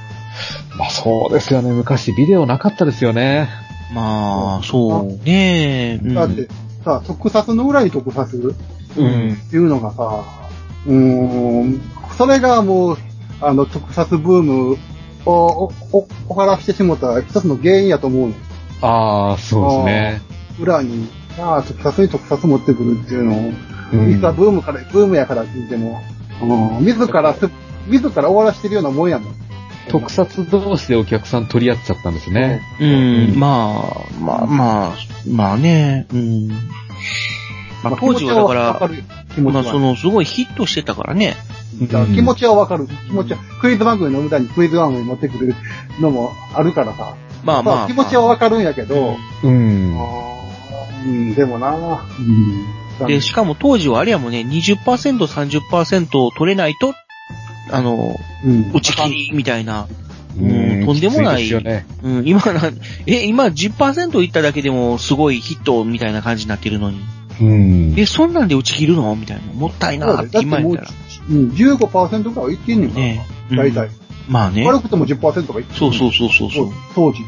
Speaker 4: まあそうですよね。昔ビデオなかったですよね。
Speaker 6: まあ、そうね。う
Speaker 5: ー
Speaker 6: ん
Speaker 5: だって、さ、特撮の裏に特撮
Speaker 4: うん。
Speaker 5: っていうのがさ、うーん、それがもう、あの、特撮ブームを、お、お、おからしてしもた一つの原因やと思うの。
Speaker 4: ああ、そうですね。
Speaker 5: 裏に、ああ、特撮に特撮持ってくるっていうのを、
Speaker 4: うん
Speaker 5: いつはブームから、ブームやからって言っても、うん、自らす、自ら終わらしてるようなもんやもん。
Speaker 4: 特撮同士でお客さん取り合っちゃったんですね。
Speaker 6: うん、まあ、まあ、まあ、まあね。うん。まあ、当時はだから、
Speaker 5: 気持ち
Speaker 6: ま
Speaker 5: は
Speaker 6: あ、その、すごいヒットしてたからね。
Speaker 5: だから気持ちはわかる。気持ちは、クイズ番組の歌にクイズ番組持ってくるのもあるからさ。
Speaker 6: まあまあ、
Speaker 5: まあ気持ちはわかるんやけど、
Speaker 4: うん。
Speaker 5: あーうん、でもなうん
Speaker 6: で、しかも当時はあれやもんね、20%、30%を取れないと、あの、
Speaker 5: うん
Speaker 6: 打ち切りみたいな。
Speaker 4: う
Speaker 6: とんでもない
Speaker 4: きつですよね。
Speaker 6: うん、今なん、え、今10%いっただけでもすごいヒットみたいな感じになってるのに。
Speaker 4: うん。
Speaker 6: え、そんなんで打ち切るのみたいな。もったい
Speaker 5: そう
Speaker 6: な
Speaker 5: だ
Speaker 6: っ
Speaker 5: よ
Speaker 6: て
Speaker 5: だって
Speaker 6: 今や
Speaker 5: も
Speaker 6: っ
Speaker 5: う、
Speaker 6: たら。
Speaker 5: うん、15%ぐらいはいってんねんから
Speaker 6: ねえ。
Speaker 5: 大
Speaker 6: う
Speaker 5: 体
Speaker 6: ん。。まあね。
Speaker 5: 悪くても10%がいってんねん
Speaker 6: そうそうそうそうそう。
Speaker 5: 当時。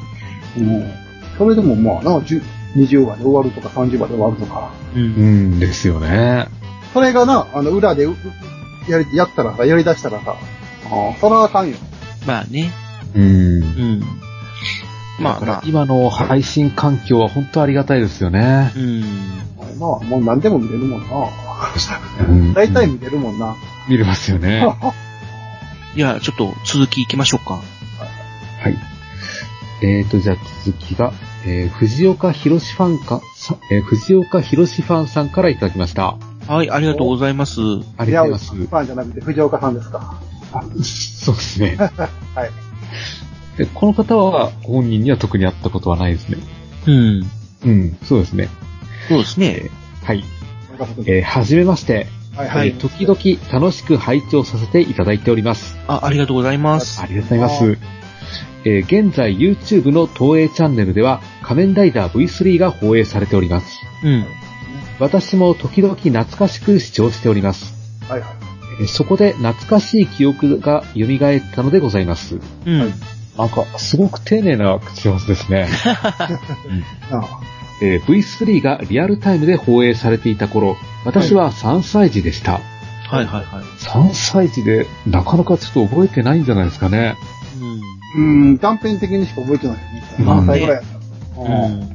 Speaker 5: うん。それでもまあな、10 20話で終わるとか30話で終わるとか。
Speaker 6: う。
Speaker 4: うんんですよね。
Speaker 5: それがな、あの、裏でううやり、やったらさ、やり出したらさ、ああ、それはあかんよ。
Speaker 6: まあね。
Speaker 4: うん。
Speaker 6: うん。まあまあ。
Speaker 4: 今の配信環境は本当ありがたいですよね。
Speaker 6: うん。
Speaker 5: まあ、もう何でも見れるもんな。
Speaker 4: うん
Speaker 5: 大体見れるもんな。
Speaker 4: 見れますよね。
Speaker 6: いや、ちょっと続き行きましょうか。
Speaker 4: はい。えーと、じゃあ続きが、えー、藤岡弘ファンか、さえー、藤岡弘ファンさんからいただきました。
Speaker 6: はい、ありがとうございます。
Speaker 4: ありがとうござい
Speaker 5: ファンじゃなくて藤岡さんですか。
Speaker 4: ます。そうですね。
Speaker 5: はい。
Speaker 4: でこの方は、本人には特に会ったことはないですね。
Speaker 6: うん。
Speaker 4: うん、そうですね。
Speaker 6: そうですね。
Speaker 4: はい。えー、はじめまして。
Speaker 5: はい
Speaker 4: えー時々楽しく拝聴させていただいております。
Speaker 6: あ、ありがとうございます。
Speaker 4: ありがとうございます。えー現在 YouTube の東映チャンネルでは仮面ライダー V3 が放映されております。
Speaker 6: うん。
Speaker 4: 私も時々懐かしく視聴しております。
Speaker 5: はいはい。
Speaker 4: えーそこで懐かしい記憶が蘇ったのでございます。
Speaker 6: うん。
Speaker 4: なんか、すごく丁寧な口合わせです *laughs* ね。
Speaker 5: ああ
Speaker 4: えー V3 がリアルタイムで放映されていた頃、私は3歳児でした。
Speaker 6: はいはいはい。
Speaker 4: 3歳児で、なかなかちょっと覚えてないんじゃないですかね。
Speaker 5: うん、断片的にしか覚えてない。
Speaker 4: まあ
Speaker 5: 何
Speaker 4: ね
Speaker 5: 歳ぐらいやっ
Speaker 6: う
Speaker 5: た
Speaker 6: ん。う
Speaker 5: の
Speaker 6: ん。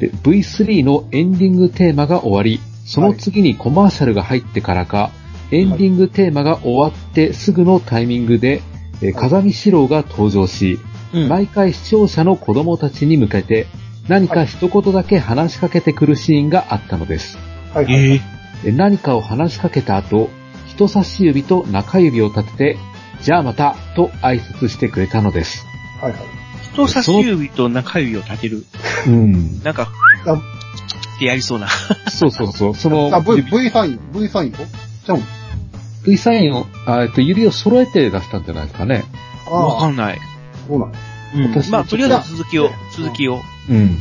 Speaker 4: で V3 のエンディングテーマが終わり、その次にコマーシャルが入ってからか、エンディングテーマが終わってすぐのタイミングで、えー風見四郎が登場し、
Speaker 6: うん。
Speaker 4: 毎回視聴者の子供たちに向けて、何か一言だけ話しかけてくるシーンがあったのです。
Speaker 5: はいはい。
Speaker 6: ええ
Speaker 4: え何かを話しかけた後、人差し指と中指を立てて、じゃあまた、と挨拶してくれたのです。
Speaker 5: はいはい。
Speaker 6: 人差し指と中指を立てる。
Speaker 4: うん。
Speaker 6: なんか、
Speaker 5: あ
Speaker 6: ってやりそうな。
Speaker 4: そうそう *laughs* そう。その
Speaker 5: あ、、V、V サインよ。V サインよ。じゃん。
Speaker 4: V サインを、あえっと、指を揃えて出したんじゃないですかね。
Speaker 6: *laughs* わか
Speaker 5: ああ、
Speaker 6: んない。
Speaker 5: そうなの。
Speaker 6: うん
Speaker 4: 私。
Speaker 6: まあ、とりあえず続きを、続きを。
Speaker 4: うん。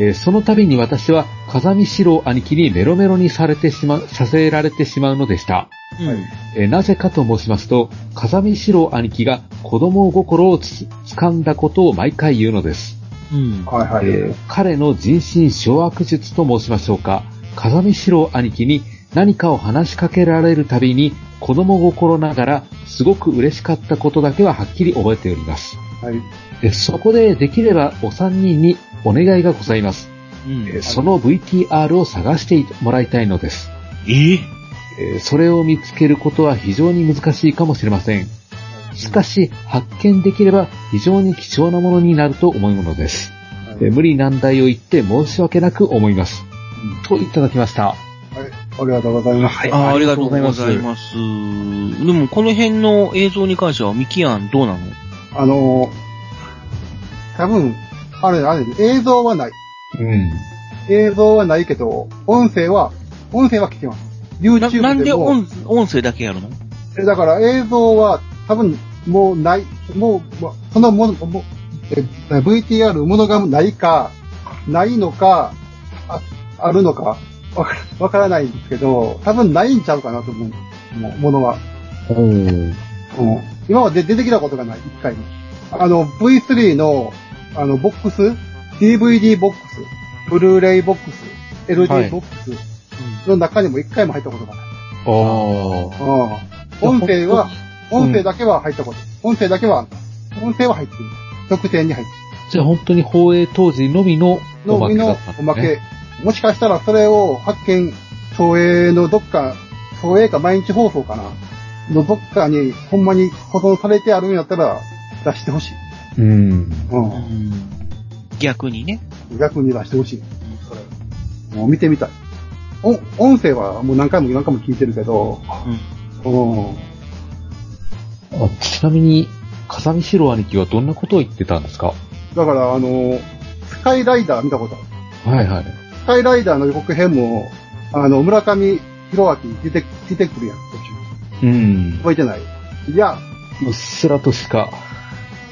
Speaker 4: えーその度に私は、風見四郎兄貴にメロメロにされてしま、させられてしまうのでした。
Speaker 6: うん。
Speaker 4: えーなぜかと申しますと、風見四郎兄貴が子供心をつ掴んだことを毎回言うのです。
Speaker 6: うん。
Speaker 5: はいはい。
Speaker 4: えー彼の人心掌握術と申しましょうか、風見四郎兄貴に何かを話しかけられるたびに、子供心ながら、すごく嬉しかったことだけははっきり覚えております。
Speaker 5: はい。
Speaker 4: えーそこでできればお三人にお願いがございます。
Speaker 6: うん。
Speaker 4: えーその VTR を探してもらいたいのです。
Speaker 6: ええ
Speaker 4: えーそれを見つけることは非常に難しいかもしれません。しかし、発見できれば非常に貴重なものになると思うのです。えー無理難題を言って申し訳なく思います。といただきました。
Speaker 5: はい。ありがとうございます。
Speaker 6: あありがとうございます。でも、この辺の映像に関しては、ミキアンどうなの
Speaker 5: あのー、多分、あれ、あれ、映像はない。
Speaker 4: うん。
Speaker 5: 映像はないけど、音声は、音声は聞きます。
Speaker 6: な
Speaker 5: YouTube でも。
Speaker 6: なんで音音声だけやるの
Speaker 5: えだから映像は多分、もうない、もう、まそのもの、もうええ VTR ものがないか、ないのか、ああるのか、わからわからないんですけど、多分ないんちゃうかなと思う、もうものは。
Speaker 4: おー
Speaker 5: うん今まで出てきたことがない、一回も。あの、V3 の、あの、ボックス、DVD ボックス、ブルーレイボックス、
Speaker 4: はい
Speaker 5: LD ボックスの中にも一回も入ったことがない。
Speaker 4: あー。
Speaker 5: うん音声
Speaker 4: う
Speaker 5: は、
Speaker 4: ん
Speaker 5: 音声だけは入ったこと。音声だけは、音声は入っている。特典に入ってい
Speaker 4: じゃあ本当に放映当時のみの
Speaker 5: る。の
Speaker 4: おま
Speaker 5: み
Speaker 4: けだ
Speaker 5: の
Speaker 4: ったんですね。
Speaker 5: おまけ。もしかしたらそれを発見、東映のどっか、東映か毎日放送かな、のどっかに、ほんまに保存されてあるんやったら、出してほしい。
Speaker 4: うん。
Speaker 5: う
Speaker 6: 逆にね。
Speaker 5: ん。逆に出してほしい。もう見てみたい。お音声はもう何回も何回も聞いてるけど、うん。
Speaker 4: あちなみに、風見四郎兄貴はどんなことを言ってたんですか
Speaker 5: だからあの、スカイライダー見たことある。
Speaker 4: はいはい。
Speaker 5: スカイライダーの予告編も、あの、村上弘明出て、出てくるやん、途中。
Speaker 4: うん。
Speaker 5: 覚えてないいや、
Speaker 4: うっすらとしか。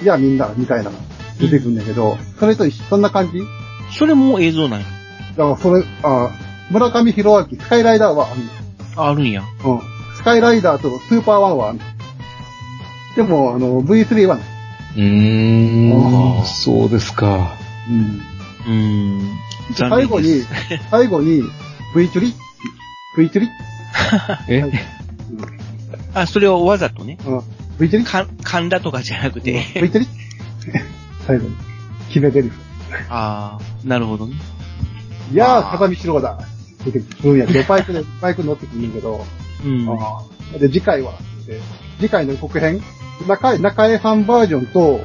Speaker 5: いやみんな、みたいなの出てくるんだけど、それと一緒、そんな感じ
Speaker 6: それも映像ない。
Speaker 5: だからそれ、あ村上弘明、スカイライダーはあんの
Speaker 6: あるんや。
Speaker 5: うん。スカイライダーとスーパーワンはあんのでも、あの、V3 はない。
Speaker 4: うー
Speaker 5: あー
Speaker 4: ん。そうですか。
Speaker 5: うん。
Speaker 6: うーん。残
Speaker 5: 最後
Speaker 6: 念で *laughs*
Speaker 5: に
Speaker 6: す。、
Speaker 5: 最後に、V チュリ ?V チュリ
Speaker 4: え、
Speaker 5: はい
Speaker 6: あ、それをわざとね。
Speaker 5: うん。V チュリ
Speaker 6: か、噛んだとかじゃなくて。
Speaker 5: ?V チュリ最後に、決めてる。
Speaker 6: *laughs* ああ、なるほどね。
Speaker 5: いや
Speaker 6: あ
Speaker 5: ー、
Speaker 6: ー
Speaker 5: 片道郎だ。出てくるんやけど、バ
Speaker 6: *laughs*
Speaker 5: イクで、バイク乗ってくるんやけど、
Speaker 6: うん。
Speaker 5: あーで、次回は、で次回の予告編、中江、中江さんバージョンと、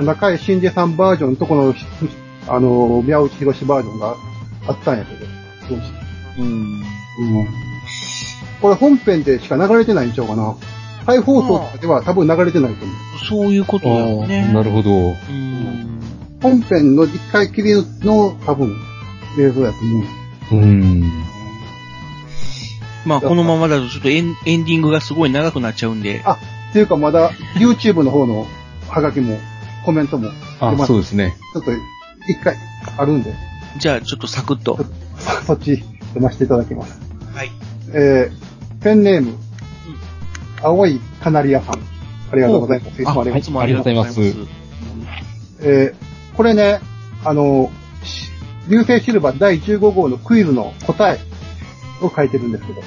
Speaker 5: 中江真司さんバージョンと、この、あのー、宮内博士バージョンがあったんやけど、当時
Speaker 6: うん。
Speaker 5: うん。これ本編でしか流れてないんちゃうかな。再放送とかでは多分流れてないと思う。
Speaker 6: そういうこと
Speaker 4: あ
Speaker 6: だよ
Speaker 4: ー
Speaker 6: ね。
Speaker 4: なるほど。
Speaker 6: うん。
Speaker 5: 本編の一回きりの多分映像やと思う。
Speaker 4: うん。
Speaker 6: まあ、このままだとちょっとエンエンディングがすごい長くなっちゃうんで。
Speaker 5: あ、っていうかまだ YouTube の方のハガキもコメントも
Speaker 4: あ、
Speaker 5: ま
Speaker 4: そうですね。
Speaker 5: ちょっと一回あるんで、
Speaker 6: じゃあ、ちょっとサクッと。
Speaker 5: そそっち読ませていただきます。
Speaker 6: はい。
Speaker 5: えー、ペンネーム、青いカナリアさん。ありがとうございます。いつもありがとうございます
Speaker 6: いつもありがとうございます。
Speaker 4: ありがと
Speaker 5: えーこれね、あの、し流星シルバー第15号のクイズの答えを書いてるんですけど、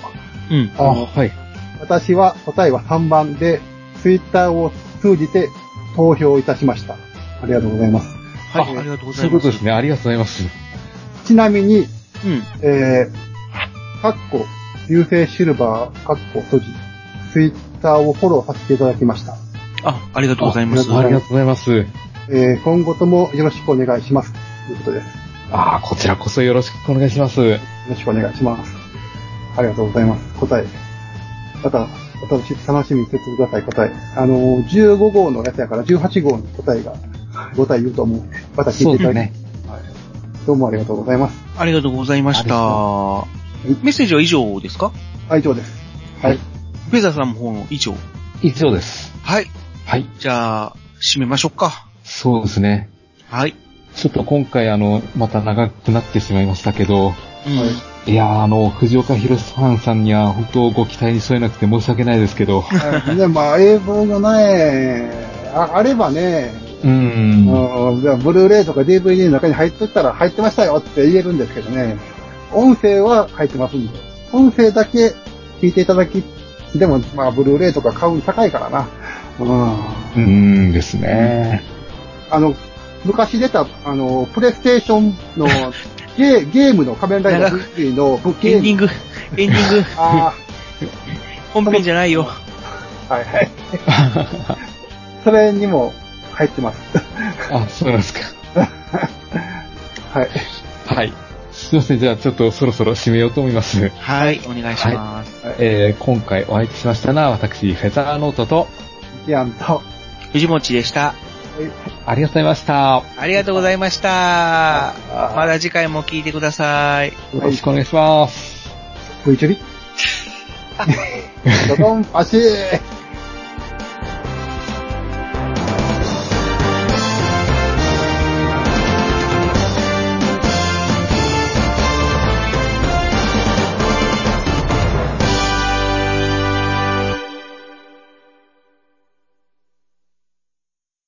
Speaker 6: うん。
Speaker 5: あの
Speaker 4: はい。
Speaker 5: 私は答えは3番で、ツイッターを通じて投票いたしました。ありがとうございます。
Speaker 6: はい、ありがとうご
Speaker 4: そう
Speaker 6: ざ
Speaker 4: い
Speaker 6: いう
Speaker 4: こ
Speaker 6: ます。
Speaker 4: とですね。ありがとうございます。
Speaker 5: ちなみに、
Speaker 6: うん。
Speaker 5: えー、カッコ、流星シルバー、カッコ閉じ、ツイッターをフォローさせていただきました。
Speaker 6: あ、ありがとうございます。
Speaker 4: ありがとうございます。
Speaker 5: えー、今後ともよろしくお願いします。ということです。よ
Speaker 4: ああ、こちらこそよろしくお願いします。
Speaker 5: ろしくお願いします。ありがとうございます。答え。また、私、楽しみにしててください、答え。あのー、15号のやつやから18号の答えが、5体言うと思う。また聞いていただき、ね、どうもありがとうございます。
Speaker 6: ありがとうございました。メッセージは以上ですか
Speaker 5: はい、以上です。はい。
Speaker 6: フェザーさんの方の以上。
Speaker 4: 以上です。
Speaker 6: はい。
Speaker 4: はい。
Speaker 6: じゃあ、締めましょうか。
Speaker 4: そうですね。
Speaker 6: はい。
Speaker 4: ちょっと今回あの、また長くなってしまいましたけど、
Speaker 6: うん。
Speaker 5: はい
Speaker 4: いやーあの、藤岡弘ファンさんには本当ご期待に添えなくて申し訳ないですけど、
Speaker 5: はいね、まあ、映像がない、ああればね、
Speaker 4: うーん。
Speaker 5: うんじゃあブルーレイとか DVD の中に入っとったら入ってましたよって言えるんですけどね、音声は入ってますんで、音声だけ聞いていただき、でも、まあ、ブルーレイとか買う高いからな。うん。
Speaker 4: うーんですね。
Speaker 5: あの、昔出た、あの、プレイステーションの
Speaker 6: *laughs*
Speaker 5: ゲーゲームの仮面ライダー V3 のゲ
Speaker 6: エンディ
Speaker 5: ー
Speaker 6: ン
Speaker 5: ム。
Speaker 6: グ、 *laughs* エンディング、
Speaker 5: あ
Speaker 6: 本編じゃないよ。
Speaker 5: あ、はいはい。
Speaker 4: *laughs*
Speaker 5: それにも入ってます。 *laughs*
Speaker 4: あ、そうなんですか。
Speaker 5: はい。
Speaker 4: はい。すいません、じゃあちょっとそろそろ締めようと思います。
Speaker 6: はい、お願いします。
Speaker 4: えー、今回お相手しましたのは私、フェザーノートと、
Speaker 5: キアンと、
Speaker 6: 藤持でした。
Speaker 4: ありがとうございました。
Speaker 6: ありがとうございました。まだ次回も聞いてください。
Speaker 4: よろしくお願いします。
Speaker 5: *laughs*
Speaker 6: *laughs*
Speaker 5: V チュリ。ドドン、足